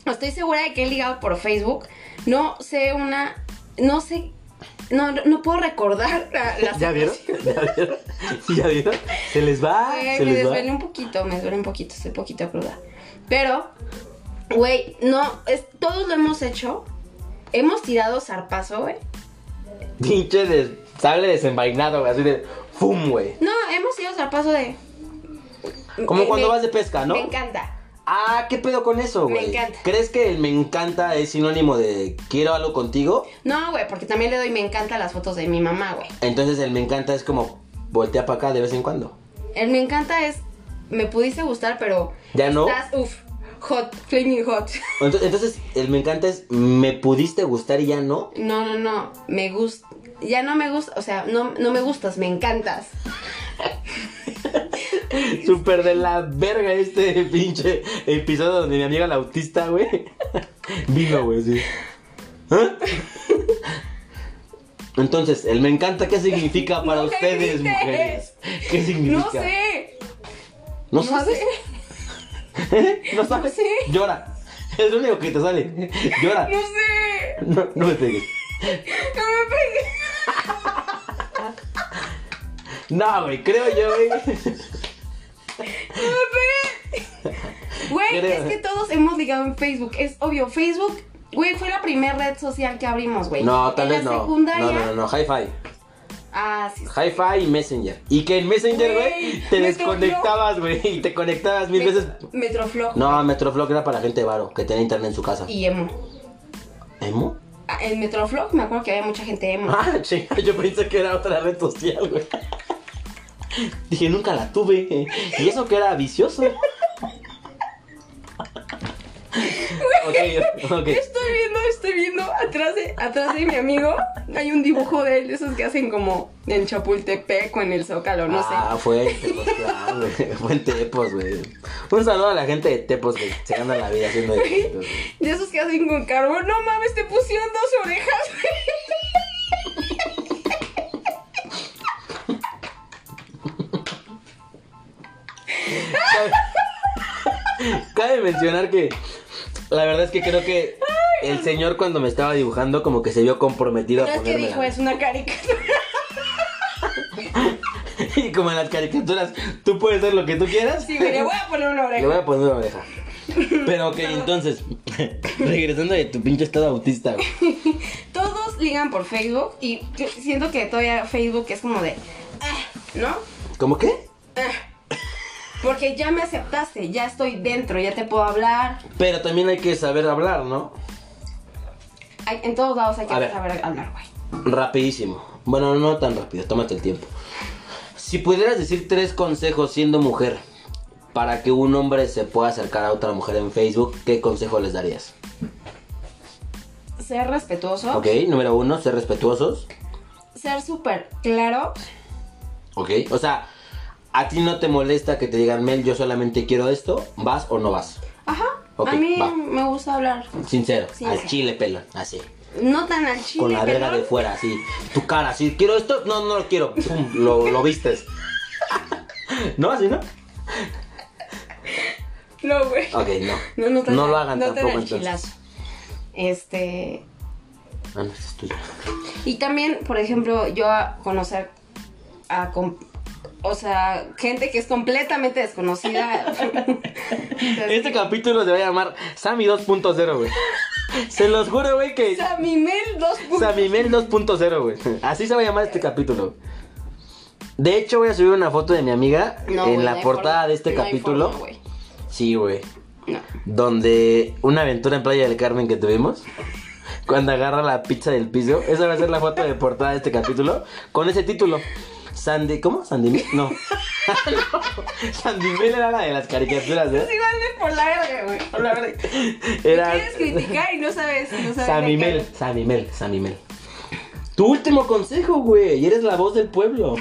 Speaker 1: Estoy segura de que he ligado por Facebook. No sé una. No sé. No, no- no puedo recordar la, la
Speaker 2: ¿Ya vieron? ¿Ya vieron? ¿Ya vieron? Se les va,
Speaker 1: Güey,
Speaker 2: se
Speaker 1: me
Speaker 2: les va.
Speaker 1: desvelé un poquito, me desvelé un poquito, estoy poquito cruda. Pero, güey, no, es- todos lo hemos hecho. Hemos tirado zarpazo, güey.
Speaker 2: Pinche de sable desenvainado, güey, así de fum, güey.
Speaker 1: No, hemos tirado zarpazo de.
Speaker 2: Como
Speaker 1: Me-
Speaker 2: cuando
Speaker 1: me-
Speaker 2: vas de pesca, ¿no?
Speaker 1: Me encanta.
Speaker 2: Ah, ¿qué pedo con eso,
Speaker 1: Me
Speaker 2: güey?
Speaker 1: encanta.
Speaker 2: ¿Crees que el me encanta es sinónimo de quiero algo contigo?
Speaker 1: No, güey, porque también le doy me encanta las fotos de mi mamá, güey.
Speaker 2: Entonces el me encanta es como voltea para acá de vez en cuando.
Speaker 1: El me encanta es. Me pudiste gustar, pero.
Speaker 2: ¿Ya no?
Speaker 1: Estás, uff, hot, flaming hot.
Speaker 2: Ento- Entonces el me encanta es me pudiste gustar y ya no.
Speaker 1: No, no, no. Me gusta. Ya no me gusta. O sea, no, no me gustas, me encantas.
Speaker 2: Súper de la verga este pinche episodio donde mi amiga la autista, güey. Vino, güey, sí. ¿Ah? Entonces, el me encanta, ¿qué significa para
Speaker 1: No me grites.
Speaker 2: ustedes, mujeres? ¿Qué significa?
Speaker 1: No sé.
Speaker 2: ¿No sabes?
Speaker 1: sé.
Speaker 2: ¿Eh? ¿No sabes?
Speaker 1: sé.
Speaker 2: Llora. Es lo único que te sale. Llora.
Speaker 1: No sé.
Speaker 2: No, no me pegues.
Speaker 1: No me pegues.
Speaker 2: No, güey, creo yo, güey.
Speaker 1: Güey,
Speaker 2: Creo.
Speaker 1: es que todos hemos ligado en Facebook. Es obvio. Facebook, güey, fue la primera red social que abrimos, güey.
Speaker 2: No, tal
Speaker 1: En la
Speaker 2: vez no.
Speaker 1: secundaria-
Speaker 2: No, no, no, no. Hi-Fi.
Speaker 1: Ah, sí. sí.
Speaker 2: Hi-Fi y Messenger. Y que en Messenger,
Speaker 1: Güey,
Speaker 2: güey, te
Speaker 1: me
Speaker 2: desconectabas, güey. Y te conectabas mil
Speaker 1: Me-
Speaker 2: veces.
Speaker 1: Metroflog
Speaker 2: No, Metroflog era para gente varo, que tenía internet en su casa.
Speaker 1: y emo.
Speaker 2: ¿Emo?
Speaker 1: Ah, En Metroflog me acuerdo que había mucha gente emo.
Speaker 2: Ah, chinga, yo pensé que era otra red social, güey. Dije, nunca la tuve. Y eso que era vicioso. ok, ok.
Speaker 1: Yo estoy viendo, estoy viendo atrás de, atrás de mi amigo hay un dibujo de él, de esos que hacen como en Chapultepec o en el Zócalo, no
Speaker 2: ah, fue en Tepos, claro, güey. Fue en Tepos, güey. Un saludo a la gente de Tepos, güey. Se gana la vida haciendo eventos, güey.
Speaker 1: sé. De esos que hacen con carbón. No mames, te pusieron dos orejas.
Speaker 2: Cabe mencionar que la verdad es que creo que el señor cuando me estaba dibujando como que se vio comprometido a
Speaker 1: ¿Sabes qué
Speaker 2: ponerme
Speaker 1: dijo? Es una caricatura.
Speaker 2: Y como en las caricaturas, tú puedes hacer lo que tú quieras.
Speaker 1: Sí, güey, le voy a poner una
Speaker 2: Le voy
Speaker 1: oreja.
Speaker 2: a poner una oreja. Pero ok, entonces, regresando de tu pinche estado autista, güey.
Speaker 1: Todos ligan por Facebook y yo siento que todavía Facebook es como de. "Ah", ¿No?
Speaker 2: ¿Cómo qué?
Speaker 1: Porque ya me aceptaste, ya estoy dentro, ya te puedo hablar.
Speaker 2: Pero también hay que saber hablar, ¿no?
Speaker 1: Hay- en todos lados hay que
Speaker 2: A ver.
Speaker 1: saber hablar, güey.
Speaker 2: Rapidísimo. Bueno, no tan rápido, tómate el tiempo. Si pudieras decir tres consejos siendo mujer para que un hombre se pueda acercar a otra mujer en Facebook, ¿qué consejo les darías?
Speaker 1: Ser respetuoso,
Speaker 2: Ok, número uno, ser respetuosos.
Speaker 1: ser súper claro.
Speaker 2: Ok, o sea, a ti no te molesta que te digan, Mel, yo solamente quiero esto, ¿vas o no vas?
Speaker 1: Ajá.
Speaker 2: Ok,
Speaker 1: a mí
Speaker 2: va.
Speaker 1: me gusta hablar.
Speaker 2: Sincero,
Speaker 1: Sincero.
Speaker 2: al chile pelo, así.
Speaker 1: No tan al chile.
Speaker 2: con la verga
Speaker 1: pelón.
Speaker 2: de fuera, así. Tu cara, así. ¿Quiero esto? No, no lo quiero. Pum, lo, lo vistes. ¿No? ¿Así no?
Speaker 1: No, güey.
Speaker 2: Ok, no.
Speaker 1: No, no, tan-
Speaker 2: lo hagan
Speaker 1: no tan
Speaker 2: tampoco
Speaker 1: al
Speaker 2: entonces.
Speaker 1: chilazo. Este.
Speaker 2: Ah, no, este es tuyo.
Speaker 1: Y también, por ejemplo, yo a conocer a. com- o sea, gente que es completamente desconocida. Entonces,
Speaker 2: Este capítulo se va a llamar Sammy 2.0, güey. Se los juro, güey, que.
Speaker 1: Samimel 2.0.
Speaker 2: Sammy Mel 2.0, güey. Así se va a llamar este capítulo. De hecho, voy a subir una foto de mi amiga
Speaker 1: No,
Speaker 2: en
Speaker 1: güey, no
Speaker 2: la
Speaker 1: hay
Speaker 2: portada
Speaker 1: forma.
Speaker 2: de este
Speaker 1: No hay
Speaker 2: capítulo.
Speaker 1: forma, güey.
Speaker 2: sí, güey.
Speaker 1: No.
Speaker 2: donde una aventura en Playa del Carmen que tuvimos. Cuando agarra la pizza del piso. Esa va a ser la foto de portada de este capítulo. Con ese título. Sandy. ¿Cómo? ¿Sandimel? No. no. Sandimel era la de las caricaturas,
Speaker 1: Es
Speaker 2: ¿eh?
Speaker 1: igual de por la verga, güey. Por la verga.
Speaker 2: Era.
Speaker 1: Quieres criticar y no sabes. No sabes
Speaker 2: Samimel. Samimel. Samimel. Tu último consejo, güey. Y eres la voz del pueblo.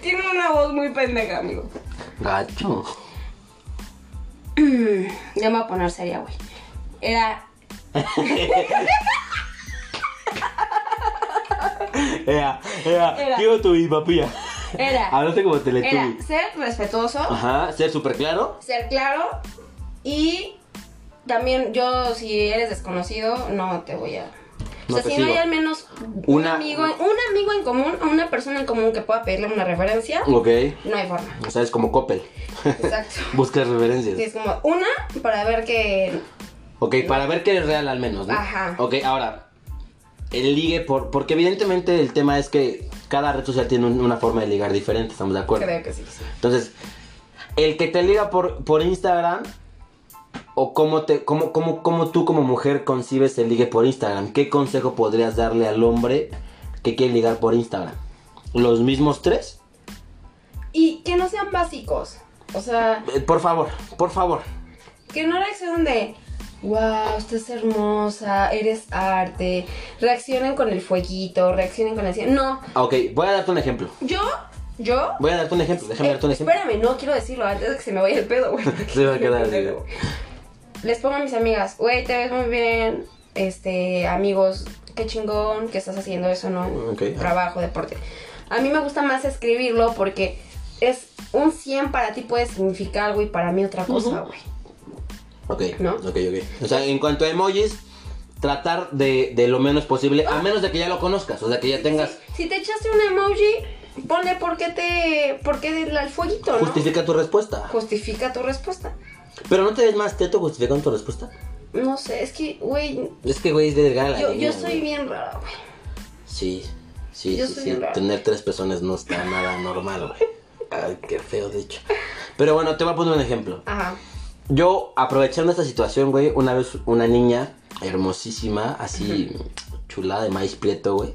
Speaker 1: Tiene una voz muy pendeja, amigo.
Speaker 2: Gacho.
Speaker 1: Ya me voy a poner seria, güey. Era.
Speaker 2: Ea, ea.
Speaker 1: Era.
Speaker 2: Quiero tu papilla.
Speaker 1: Era.
Speaker 2: Hablaste como
Speaker 1: Era
Speaker 2: Teletubby.
Speaker 1: ser respetuoso,
Speaker 2: Ajá. Ser súper claro.
Speaker 1: ser claro y también yo, si eres desconocido, no te voy a.
Speaker 2: No
Speaker 1: o sea,
Speaker 2: te
Speaker 1: si no
Speaker 2: sigo.
Speaker 1: hay al menos un,
Speaker 2: Una-
Speaker 1: amigo, un amigo en común o una persona en común que pueda pedirle una referencia,
Speaker 2: Ok.
Speaker 1: no hay forma.
Speaker 2: O sea, es como Coppel.
Speaker 1: Exacto.
Speaker 2: Buscas referencias.
Speaker 1: Sí, es como una para ver que
Speaker 2: Ok, para ver que eres real al menos, ¿no?
Speaker 1: Ajá.
Speaker 2: Ok, ahora, el ligue, por, porque evidentemente el tema es que cada red social tiene un- una forma de ligar diferente, estamos de acuerdo.
Speaker 1: creo que sí. sí.
Speaker 2: Entonces, el que te liga por, por Instagram, o cómo, te, cómo, cómo, cómo tú como mujer concibes el ligue por Instagram, ¿qué consejo podrías darle al hombre que quiere ligar por Instagram? ¿Los mismos tres?
Speaker 1: Y que no sean básicos. O sea,
Speaker 2: Eh, por favor, por favor.
Speaker 1: Que no reaccionen de, wow, usted es hermosa, eres arte. Reaccionen con el fueguito, reaccionen con la... cien- No,
Speaker 2: Ok, voy a darte un ejemplo.
Speaker 1: yo, yo...
Speaker 2: Voy a darte un ejemplo, déjame
Speaker 1: Eh,
Speaker 2: darte un ejemplo.
Speaker 1: espérame, no quiero decirlo antes de que se me vaya el pedo, güey.
Speaker 2: Se va a quedar así.
Speaker 1: Les pongo a mis amigas, güey, te ves muy bien, este, amigos, qué chingón que estás haciendo eso, ¿no?
Speaker 2: Mm, Ok.
Speaker 1: Trabajo, deporte. A mí me gusta más escribirlo porque es un 100 para ti puede significar algo y para mí otra cosa, güey.
Speaker 2: Ok,
Speaker 1: ¿No?
Speaker 2: ok, ok. O sea, en cuanto a emojis, tratar de, de lo menos posible,
Speaker 1: Ah.
Speaker 2: a menos de que ya lo conozcas, o sea, que ya tengas...
Speaker 1: Si te echaste un emoji, ponle por qué te. por qué el, el fueguito, ¿no?
Speaker 2: Justifica tu respuesta.
Speaker 1: Justifica tu respuesta.
Speaker 2: Pero no te ves más teto justificando tu respuesta.
Speaker 1: No sé, es que, güey,
Speaker 2: Es que, güey, es de delgada la
Speaker 1: yo,
Speaker 2: línea,
Speaker 1: yo soy
Speaker 2: güey.
Speaker 1: bien rara, güey.
Speaker 2: Sí, sí,
Speaker 1: yo
Speaker 2: sí,
Speaker 1: soy
Speaker 2: sí.
Speaker 1: bien rara.
Speaker 2: Tener tres personas no está nada normal, güey. Ay, qué feo dicho. Pero bueno, te voy a poner un ejemplo.
Speaker 1: Ajá.
Speaker 2: Yo, aprovechando esta situación, güey, una vez una niña hermosísima, así chulada de maíz prieto, güey,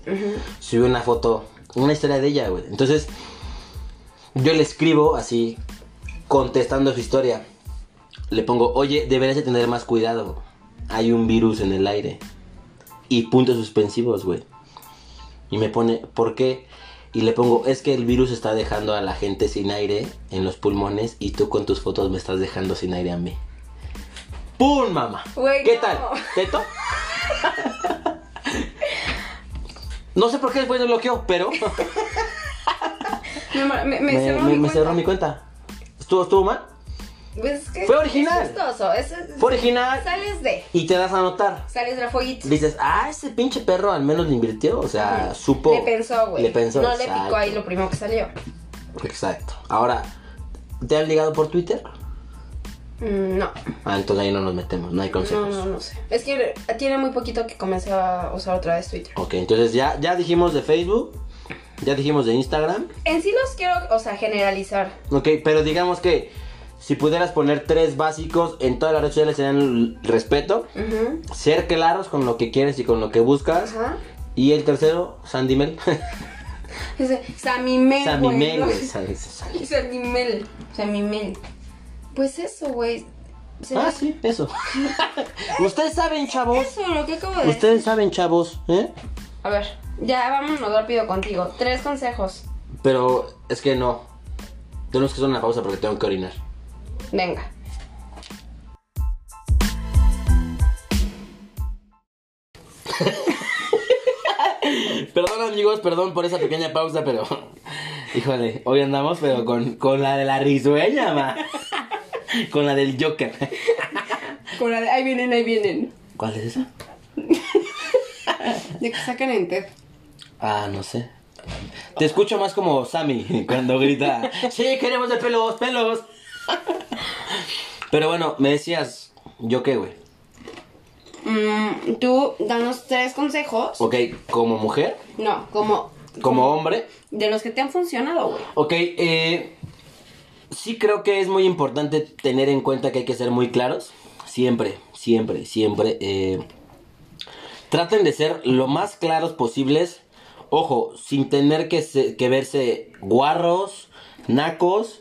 Speaker 2: subió una foto, una historia de ella, güey. Entonces, yo le escribo así, contestando su historia. le pongo, oye, deberías de tener más cuidado. Hay un virus en el aire. Y puntos suspensivos, güey. Y me pone, ¿por qué? Y le pongo, es que el virus está dejando a la gente sin aire en los pulmones y tú con tus fotos me estás dejando sin aire a mí. ¡Pum, mamá!
Speaker 1: Güey,
Speaker 2: ¿Qué
Speaker 1: no.
Speaker 2: tal? ¿Teto? no sé por qué después me bloqueó, pero
Speaker 1: Me, mar- me- me
Speaker 2: me,
Speaker 1: cerró
Speaker 2: me-
Speaker 1: mi
Speaker 2: me cerró
Speaker 1: cuenta.
Speaker 2: mi cuenta. ¿Estuvo, estuvo mal?
Speaker 1: Pues es que
Speaker 2: Fue original.
Speaker 1: Es chistoso. es- es-
Speaker 2: Fue original
Speaker 1: Sales de.
Speaker 2: y te das a notar.
Speaker 1: Sales de la foguita.
Speaker 2: Dices, ah, ese pinche perro al menos le invirtió, o sea, supo.
Speaker 1: Le pensó, güey.
Speaker 2: Le pensó.
Speaker 1: No le picó
Speaker 2: exacto.
Speaker 1: ahí lo primero que salió.
Speaker 2: Exacto. Ahora, ¿te han ligado por Twitter?
Speaker 1: Mm, No,
Speaker 2: Ah, entonces ahí no nos metemos, no pues. hay
Speaker 1: no,
Speaker 2: consejos.
Speaker 1: no, no sé. Es que tiene muy poquito que comencé a usar otra vez Twitter.
Speaker 2: Ok, entonces ya, ya dijimos de Facebook, ya dijimos de Instagram.
Speaker 1: En sí los quiero, o sea, generalizar.
Speaker 2: Ok, pero digamos que si pudieras poner tres básicos en todas las redes sociales serían el respeto,
Speaker 1: Ujú,
Speaker 2: ser claros con lo que quieres y con lo que buscas.
Speaker 1: Ajá.
Speaker 2: Y el tercero, Sandy Mel.
Speaker 1: Ese, Samimel.
Speaker 2: Sandy
Speaker 1: güey,
Speaker 2: Mel,
Speaker 1: ¿no?
Speaker 2: güey. Sandy- Sandy.
Speaker 1: Samimel. Samimel. Pues eso, güey. Se-
Speaker 2: Ah, sí, eso. Ustedes saben, chavos.
Speaker 1: Eso, lo que acabo de
Speaker 2: Ustedes saben, chavos, ¿eh?
Speaker 1: A ver, ya vámonos rápido contigo. Tres consejos.
Speaker 2: Pero es que no. Tenemos que hacer una pausa porque tengo que orinar.
Speaker 1: Venga.
Speaker 2: Perdón amigos, perdón por esa pequeña pausa, pero... Híjole, hoy andamos pero con, con la de la risueña, ma. Con la del Joker.
Speaker 1: Con la de- ahí vienen, ahí vienen.
Speaker 2: ¿Cuál es esa?
Speaker 1: De que sacan en TED.
Speaker 2: Ah, no sé. Te escucho más como Sammy cuando grita, sí, queremos de pelos, pelos. Pero bueno, me decías, ¿yo qué, güey?
Speaker 1: Mm, tú danos tres consejos.
Speaker 2: Ok, como mujer,
Speaker 1: No, como
Speaker 2: como hombre,
Speaker 1: de los que te han funcionado, güey.
Speaker 2: Ok, eh, sí creo que es muy importante tener en cuenta que hay que ser muy claros. Siempre, siempre, siempre. eh, traten de ser lo más claros posibles. Ojo, sin tener que, se- que verse guarros, nacos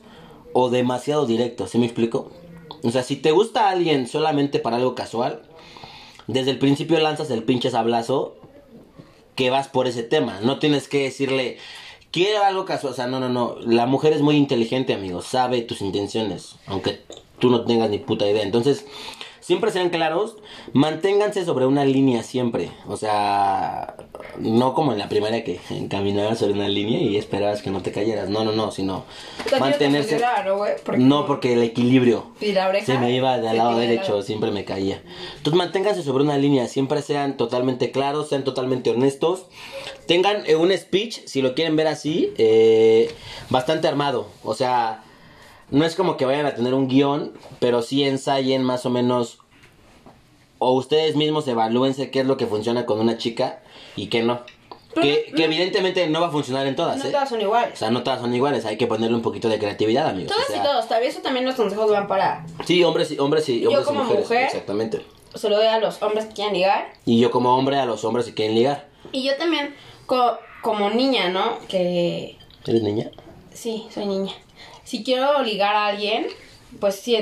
Speaker 2: o demasiado directos. ¿Sí me explico? O sea, si te gusta alguien solamente para algo casual, desde el principio lanzas el pinche sablazo que vas por ese tema. No tienes que decirle, quiero algo casual. O sea, no, no, no. La mujer es muy inteligente, amigo. Sabe tus intenciones, aunque tú no tengas ni puta idea. Entonces, siempre sean claros. Manténganse sobre una línea siempre. O sea, no como en la primera que caminabas sobre una línea y esperabas que no te cayeras. No, no, no, sino
Speaker 1: Pues,
Speaker 2: mantenerse. No, porque el equilibrio.
Speaker 1: ¿Y la oreja?
Speaker 2: Se me iba
Speaker 1: Se
Speaker 2: del
Speaker 1: te
Speaker 2: lado
Speaker 1: iba del
Speaker 2: derecho,
Speaker 1: lado-
Speaker 2: siempre me caía. Entonces manténganse sobre una línea, siempre sean totalmente claros, sean totalmente honestos. Tengan eh, un speech, si lo quieren ver así, eh, bastante armado. O sea, no es como que vayan a tener un guión, pero sí ensayen más o menos. O ustedes mismos evalúense qué es lo que funciona con una chica y qué no. Que, que evidentemente no va a funcionar en todas,
Speaker 1: No
Speaker 2: ¿eh?
Speaker 1: todas son iguales.
Speaker 2: O sea, no todas son iguales, hay que ponerle un poquito de creatividad, amigos.
Speaker 1: Todas
Speaker 2: o
Speaker 1: y
Speaker 2: sea,
Speaker 1: todos, tal vez eso también los consejos van para.
Speaker 2: Sí, hombres y hombres y
Speaker 1: Yo
Speaker 2: hombres
Speaker 1: como
Speaker 2: y mujeres,
Speaker 1: mujer.
Speaker 2: exactamente.
Speaker 1: Se lo doy a los hombres que quieran ligar.
Speaker 2: Y yo como hombre a los hombres que quieren ligar.
Speaker 1: Y yo también, co- como niña, ¿no? Que.
Speaker 2: ¿Eres niña?
Speaker 1: Sí, soy niña. Si quiero ligar a alguien, pues si,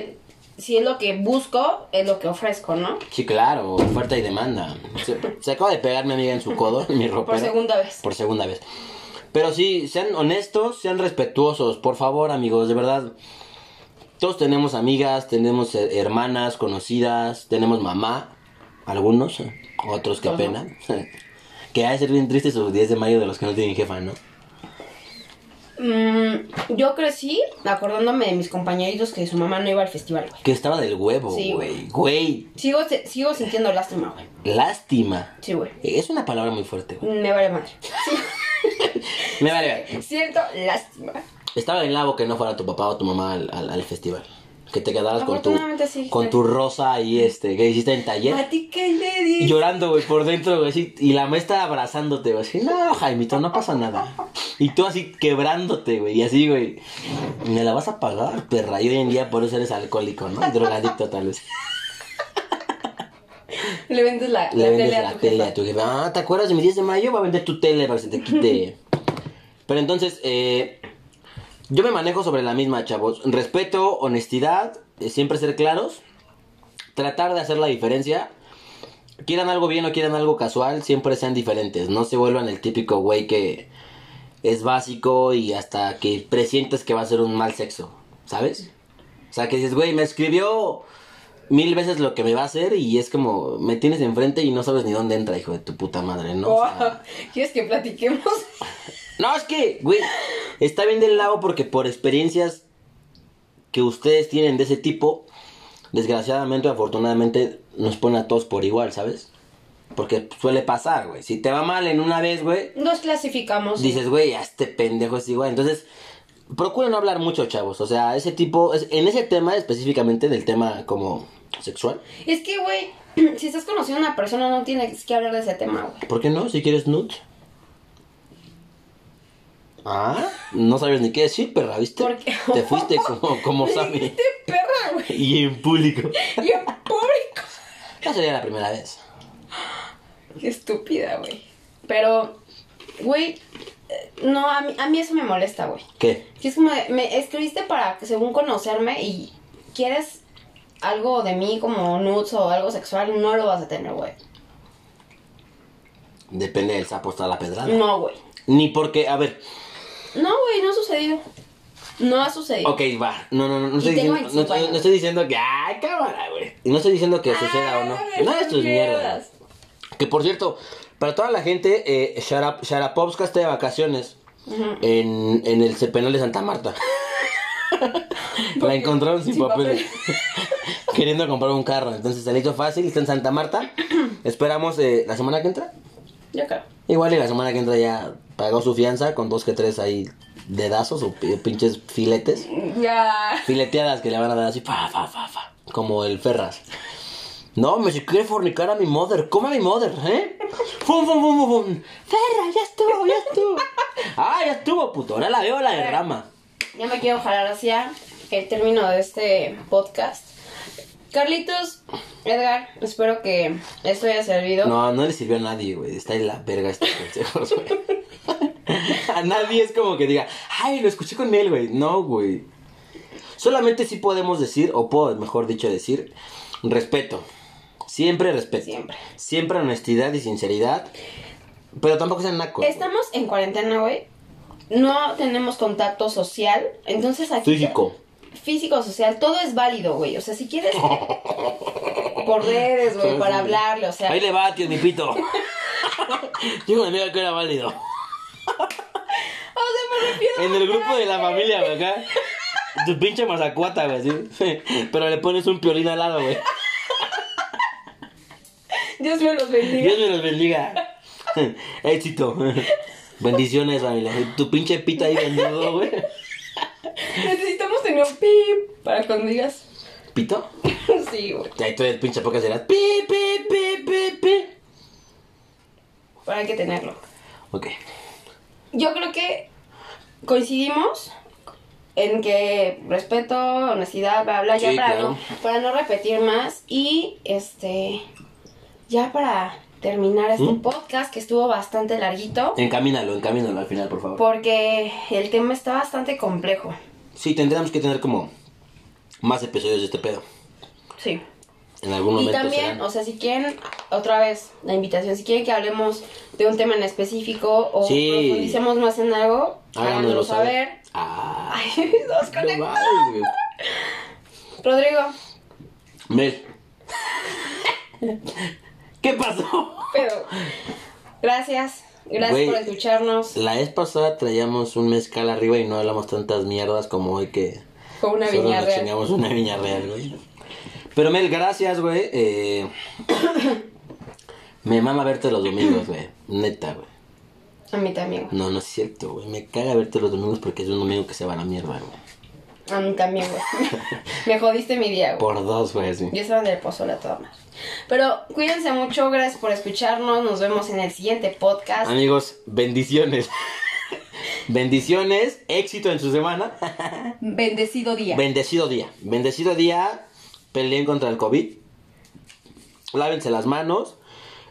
Speaker 1: si es lo que busco, es lo que ofrezco, ¿no?
Speaker 2: Sí, claro, oferta y demanda. Se, se acaba de pegar mi amiga en su codo, en mi ropa.
Speaker 1: Por segunda vez.
Speaker 2: Por segunda vez. Pero sí, sean honestos, sean respetuosos, por favor, amigos, de verdad. Todos tenemos amigas, tenemos eh, hermanas, conocidas, tenemos mamá, algunos, eh, otros que
Speaker 1: Todos, ¿no?
Speaker 2: pena. que ha de ser bien triste sus 10 de mayo de los que no tienen jefa, ¿no?
Speaker 1: Mm, yo crecí acordándome de mis compañeritos que su mamá no iba al festival, güey.
Speaker 2: Que estaba del huevo,
Speaker 1: Sí,
Speaker 2: güey. Güey,
Speaker 1: Sigo, se- sigo sintiendo lástima, güey.
Speaker 2: lástima.
Speaker 1: Sí, güey.
Speaker 2: Es una palabra muy fuerte, güey.
Speaker 1: Me vale madre.
Speaker 2: Me vale. ver.
Speaker 1: Siento lástima.
Speaker 2: Estaba en lavo que no fuera tu papá o tu mamá al, al- al festival. Que te quedaras con tu,
Speaker 1: Afortunadamente sí.
Speaker 2: con tu rosa y este, que hiciste en taller.
Speaker 1: Mati Kennedy.
Speaker 2: Y llorando, güey, por dentro, güey, así, Y la maestra abrazándote, güey. Así, no, Jaimito, no pasa nada. Y tú así quebrándote, güey. Y así, güey. Me la vas a pagar, perra. Y hoy en día por eso eres alcohólico, ¿no? Y drogadicto, tal vez.
Speaker 1: Le vendes la,
Speaker 2: Le
Speaker 1: la
Speaker 2: vendes
Speaker 1: tele a
Speaker 2: la
Speaker 1: tu
Speaker 2: tele
Speaker 1: jefa.
Speaker 2: a tu jefa. Ah, ¿te acuerdas de mi 10 de mayo? Va a vender tu tele para que se te quite. Pero entonces, eh, yo me manejo sobre la misma, chavos. Respeto, honestidad, eh, siempre ser claros, tratar de hacer la diferencia. Quieran algo bien o quieran algo casual, siempre sean diferentes. No se vuelvan el típico güey que es básico y hasta que presientes que va a ser un mal sexo, ¿sabes? O sea, que dices, güey, me escribió mil veces lo que me va a hacer y es como, me tienes enfrente y no sabes ni dónde entra, hijo de tu puta madre, ¿no? O sea,
Speaker 1: ¿Quieres que platiquemos?
Speaker 2: no, es que, güey, está bien del lado porque por experiencias que ustedes tienen de ese tipo, desgraciadamente o afortunadamente nos ponen a todos por igual, ¿sabes? Porque suele pasar, güey. Si te va mal en una vez, güey,
Speaker 1: Nos clasificamos.
Speaker 2: dices, güey, a este pendejo es igual. Entonces, procuren no hablar mucho, chavos. O sea, ese tipo, es- en ese tema específicamente, del tema como sexual.
Speaker 1: Es que, güey, si estás conociendo a una persona no tienes que hablar de ese tema, güey.
Speaker 2: ¿Por qué no? Si quieres nude. Ah, no sabes ni qué decir, perra, ¿viste?
Speaker 1: ¿Por qué?
Speaker 2: Te fuiste como, como Sammy.
Speaker 1: Este perra, güey.
Speaker 2: Y en público.
Speaker 1: Y en público.
Speaker 2: No sería la primera vez.
Speaker 1: Qué estúpida, güey. Pero, güey, eh, no, a mí, a mí eso me molesta, güey.
Speaker 2: ¿Qué?
Speaker 1: Que es como, de, me escribiste para, según conocerme, y quieres algo de mí como nudes o algo sexual, no lo vas a tener, güey.
Speaker 2: Depende del sapo está la pedrada.
Speaker 1: No, güey.
Speaker 2: Ni porque, a ver,
Speaker 1: No, güey, no ha sucedido. No ha sucedido.
Speaker 2: ok, va. No, no, no, no estoy,
Speaker 1: Y tengo
Speaker 2: diciendo, no,
Speaker 1: 25 años.
Speaker 2: no estoy diciendo que, ah, cámara, güey. No estoy diciendo que suceda o
Speaker 1: Ah,
Speaker 2: no. No de tus mierdas. Que por cierto, para toda la gente, eh, Sharap- Sharapovska está de vacaciones en, en el penal de Santa Marta. la encontraron sin,
Speaker 1: sin
Speaker 2: papeles. Queriendo comprar un carro. Entonces se le hizo fácil, está en Santa Marta. Esperamos eh, la semana que entra.
Speaker 1: Yo creo.
Speaker 2: Igual y la semana que entra ya pagó su fianza con dos que tres ahí dedazos o pi- pinches filetes.
Speaker 1: Ya.
Speaker 2: Fileteadas que le van a dar así, fa, fa, fa, fa. Como el Ferras. No, me si quiere fornicar a mi mother, come a mi mother, ¿eh? Fum, fum, fum, fum, fum. Ferras, ya estuvo, ya estuvo. Ah, ya estuvo, puto. Ahora la veo la derrama.
Speaker 1: Ya me quiero jalar hacia el término de este podcast. Carlitos, Edgar, espero que esto haya servido.
Speaker 2: No, no le sirvió a nadie, güey. Está en la verga estos consejos, güey. A nadie es como que diga, ay, lo escuché con él, güey. No, güey. Solamente sí podemos decir, o puedo, mejor dicho, decir, respeto. Siempre respeto.
Speaker 1: Siempre.
Speaker 2: Siempre honestidad y sinceridad. Pero tampoco sean nacos. güey.
Speaker 1: Estamos en cuarentena, güey. No tenemos contacto social. Entonces aquí.
Speaker 2: Físico.
Speaker 1: Físico, social. Todo es válido, güey. O sea, si quieres. por redes, güey, para hablarle. O sea,
Speaker 2: Ahí le va, tío, mi pito. Digo, amiga, que era válido.
Speaker 1: o sea, me refiero.
Speaker 2: En el grupo de la familia, güey, acá. Tu pinche mazacuata, güey, así. Pero le pones un piolín al lado, güey.
Speaker 1: Dios me los bendiga.
Speaker 2: Dios me los bendiga. Éxito. Bendiciones, familia. Tu pinche pita ahí vendido, güey.
Speaker 1: Necesitamos tener un pip para cuando digas.
Speaker 2: ¿Pito?
Speaker 1: sí, güey.
Speaker 2: Ahí todo el pinche poca será. Pi, pi, pi, pi, pi.
Speaker 1: Pero hay que tenerlo.
Speaker 2: Ok.
Speaker 1: Yo creo que coincidimos en que respeto, honestidad, bla, bla, ya
Speaker 2: Sí,
Speaker 1: para,
Speaker 2: claro.
Speaker 1: no, para no repetir más. Y este, ya para terminar este
Speaker 2: ¿Mm?
Speaker 1: podcast que estuvo bastante larguito,
Speaker 2: Encamínalo, encamínalo al final, por favor.
Speaker 1: porque el tema está bastante complejo.
Speaker 2: Sí, tendríamos que tener como más episodios de este pedo.
Speaker 1: Sí.
Speaker 2: En algún
Speaker 1: Y
Speaker 2: momento.
Speaker 1: también,
Speaker 2: serán.
Speaker 1: o sea, si quieren, otra vez, la invitación, si quieren que hablemos de un tema en específico o
Speaker 2: Sí.
Speaker 1: profundicemos más en algo,
Speaker 2: Háganoslo
Speaker 1: háganoslo saber.
Speaker 2: Ah.
Speaker 1: Ay, mis dos
Speaker 2: no
Speaker 1: conectados.
Speaker 2: mames, güey.
Speaker 1: Rodrigo,
Speaker 2: Mel. ¿Qué pasó?
Speaker 1: pero gracias, gracias
Speaker 2: Güey.
Speaker 1: por escucharnos.
Speaker 2: La vez pasada traíamos un mezcal arriba y no hablamos tantas mierdas como hoy que
Speaker 1: Fue una
Speaker 2: solo
Speaker 1: viña
Speaker 2: nos
Speaker 1: real.
Speaker 2: chingamos una viña real, güey. Pero Mel, gracias, güey. eh, me mama verte los domingos, güey. Neta, güey.
Speaker 1: A mí también, güey.
Speaker 2: No, no es cierto, güey. Me caga verte los domingos porque es un domingo que se va a la mierda, güey.
Speaker 1: A mí también, güey. Me jodiste mi día, güey.
Speaker 2: Por dos, güey, sí.
Speaker 1: Yo estaba en el pozole a toda madre. Pero cuídense mucho, gracias por escucharnos. Nos vemos en el siguiente podcast.
Speaker 2: Amigos, bendiciones. bendiciones, éxito en su semana.
Speaker 1: Bendecido día.
Speaker 2: Bendecido día. Bendecido día. Peleen contra el COVID. Lávense las manos.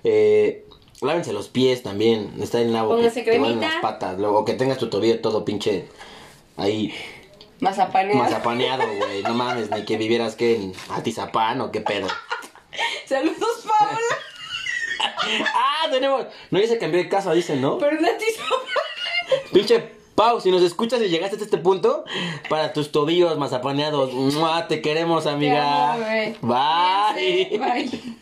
Speaker 2: eh, lávense los pies también. Está en la
Speaker 1: Pónganse
Speaker 2: te huelen
Speaker 1: cremita.
Speaker 2: las patas. Luego que tengas tu tobillo todo pinche ahí
Speaker 1: Mazapaneado.
Speaker 2: Mazapaneado, güey. No mames, ni que vivieras que en Atizapán o qué pedo.
Speaker 1: Saludos, Paola.
Speaker 2: Ah, tenemos. No ya se cambió de casa, dicen, ¿no?
Speaker 1: Pero no te hizo
Speaker 2: Pinche Pau, si nos escuchas y llegaste hasta este punto, para tus tobillos mazapaneados. ¡Mua! Te queremos,
Speaker 1: Te
Speaker 2: amiga.
Speaker 1: amo, güey.
Speaker 2: Bye.
Speaker 1: Bye.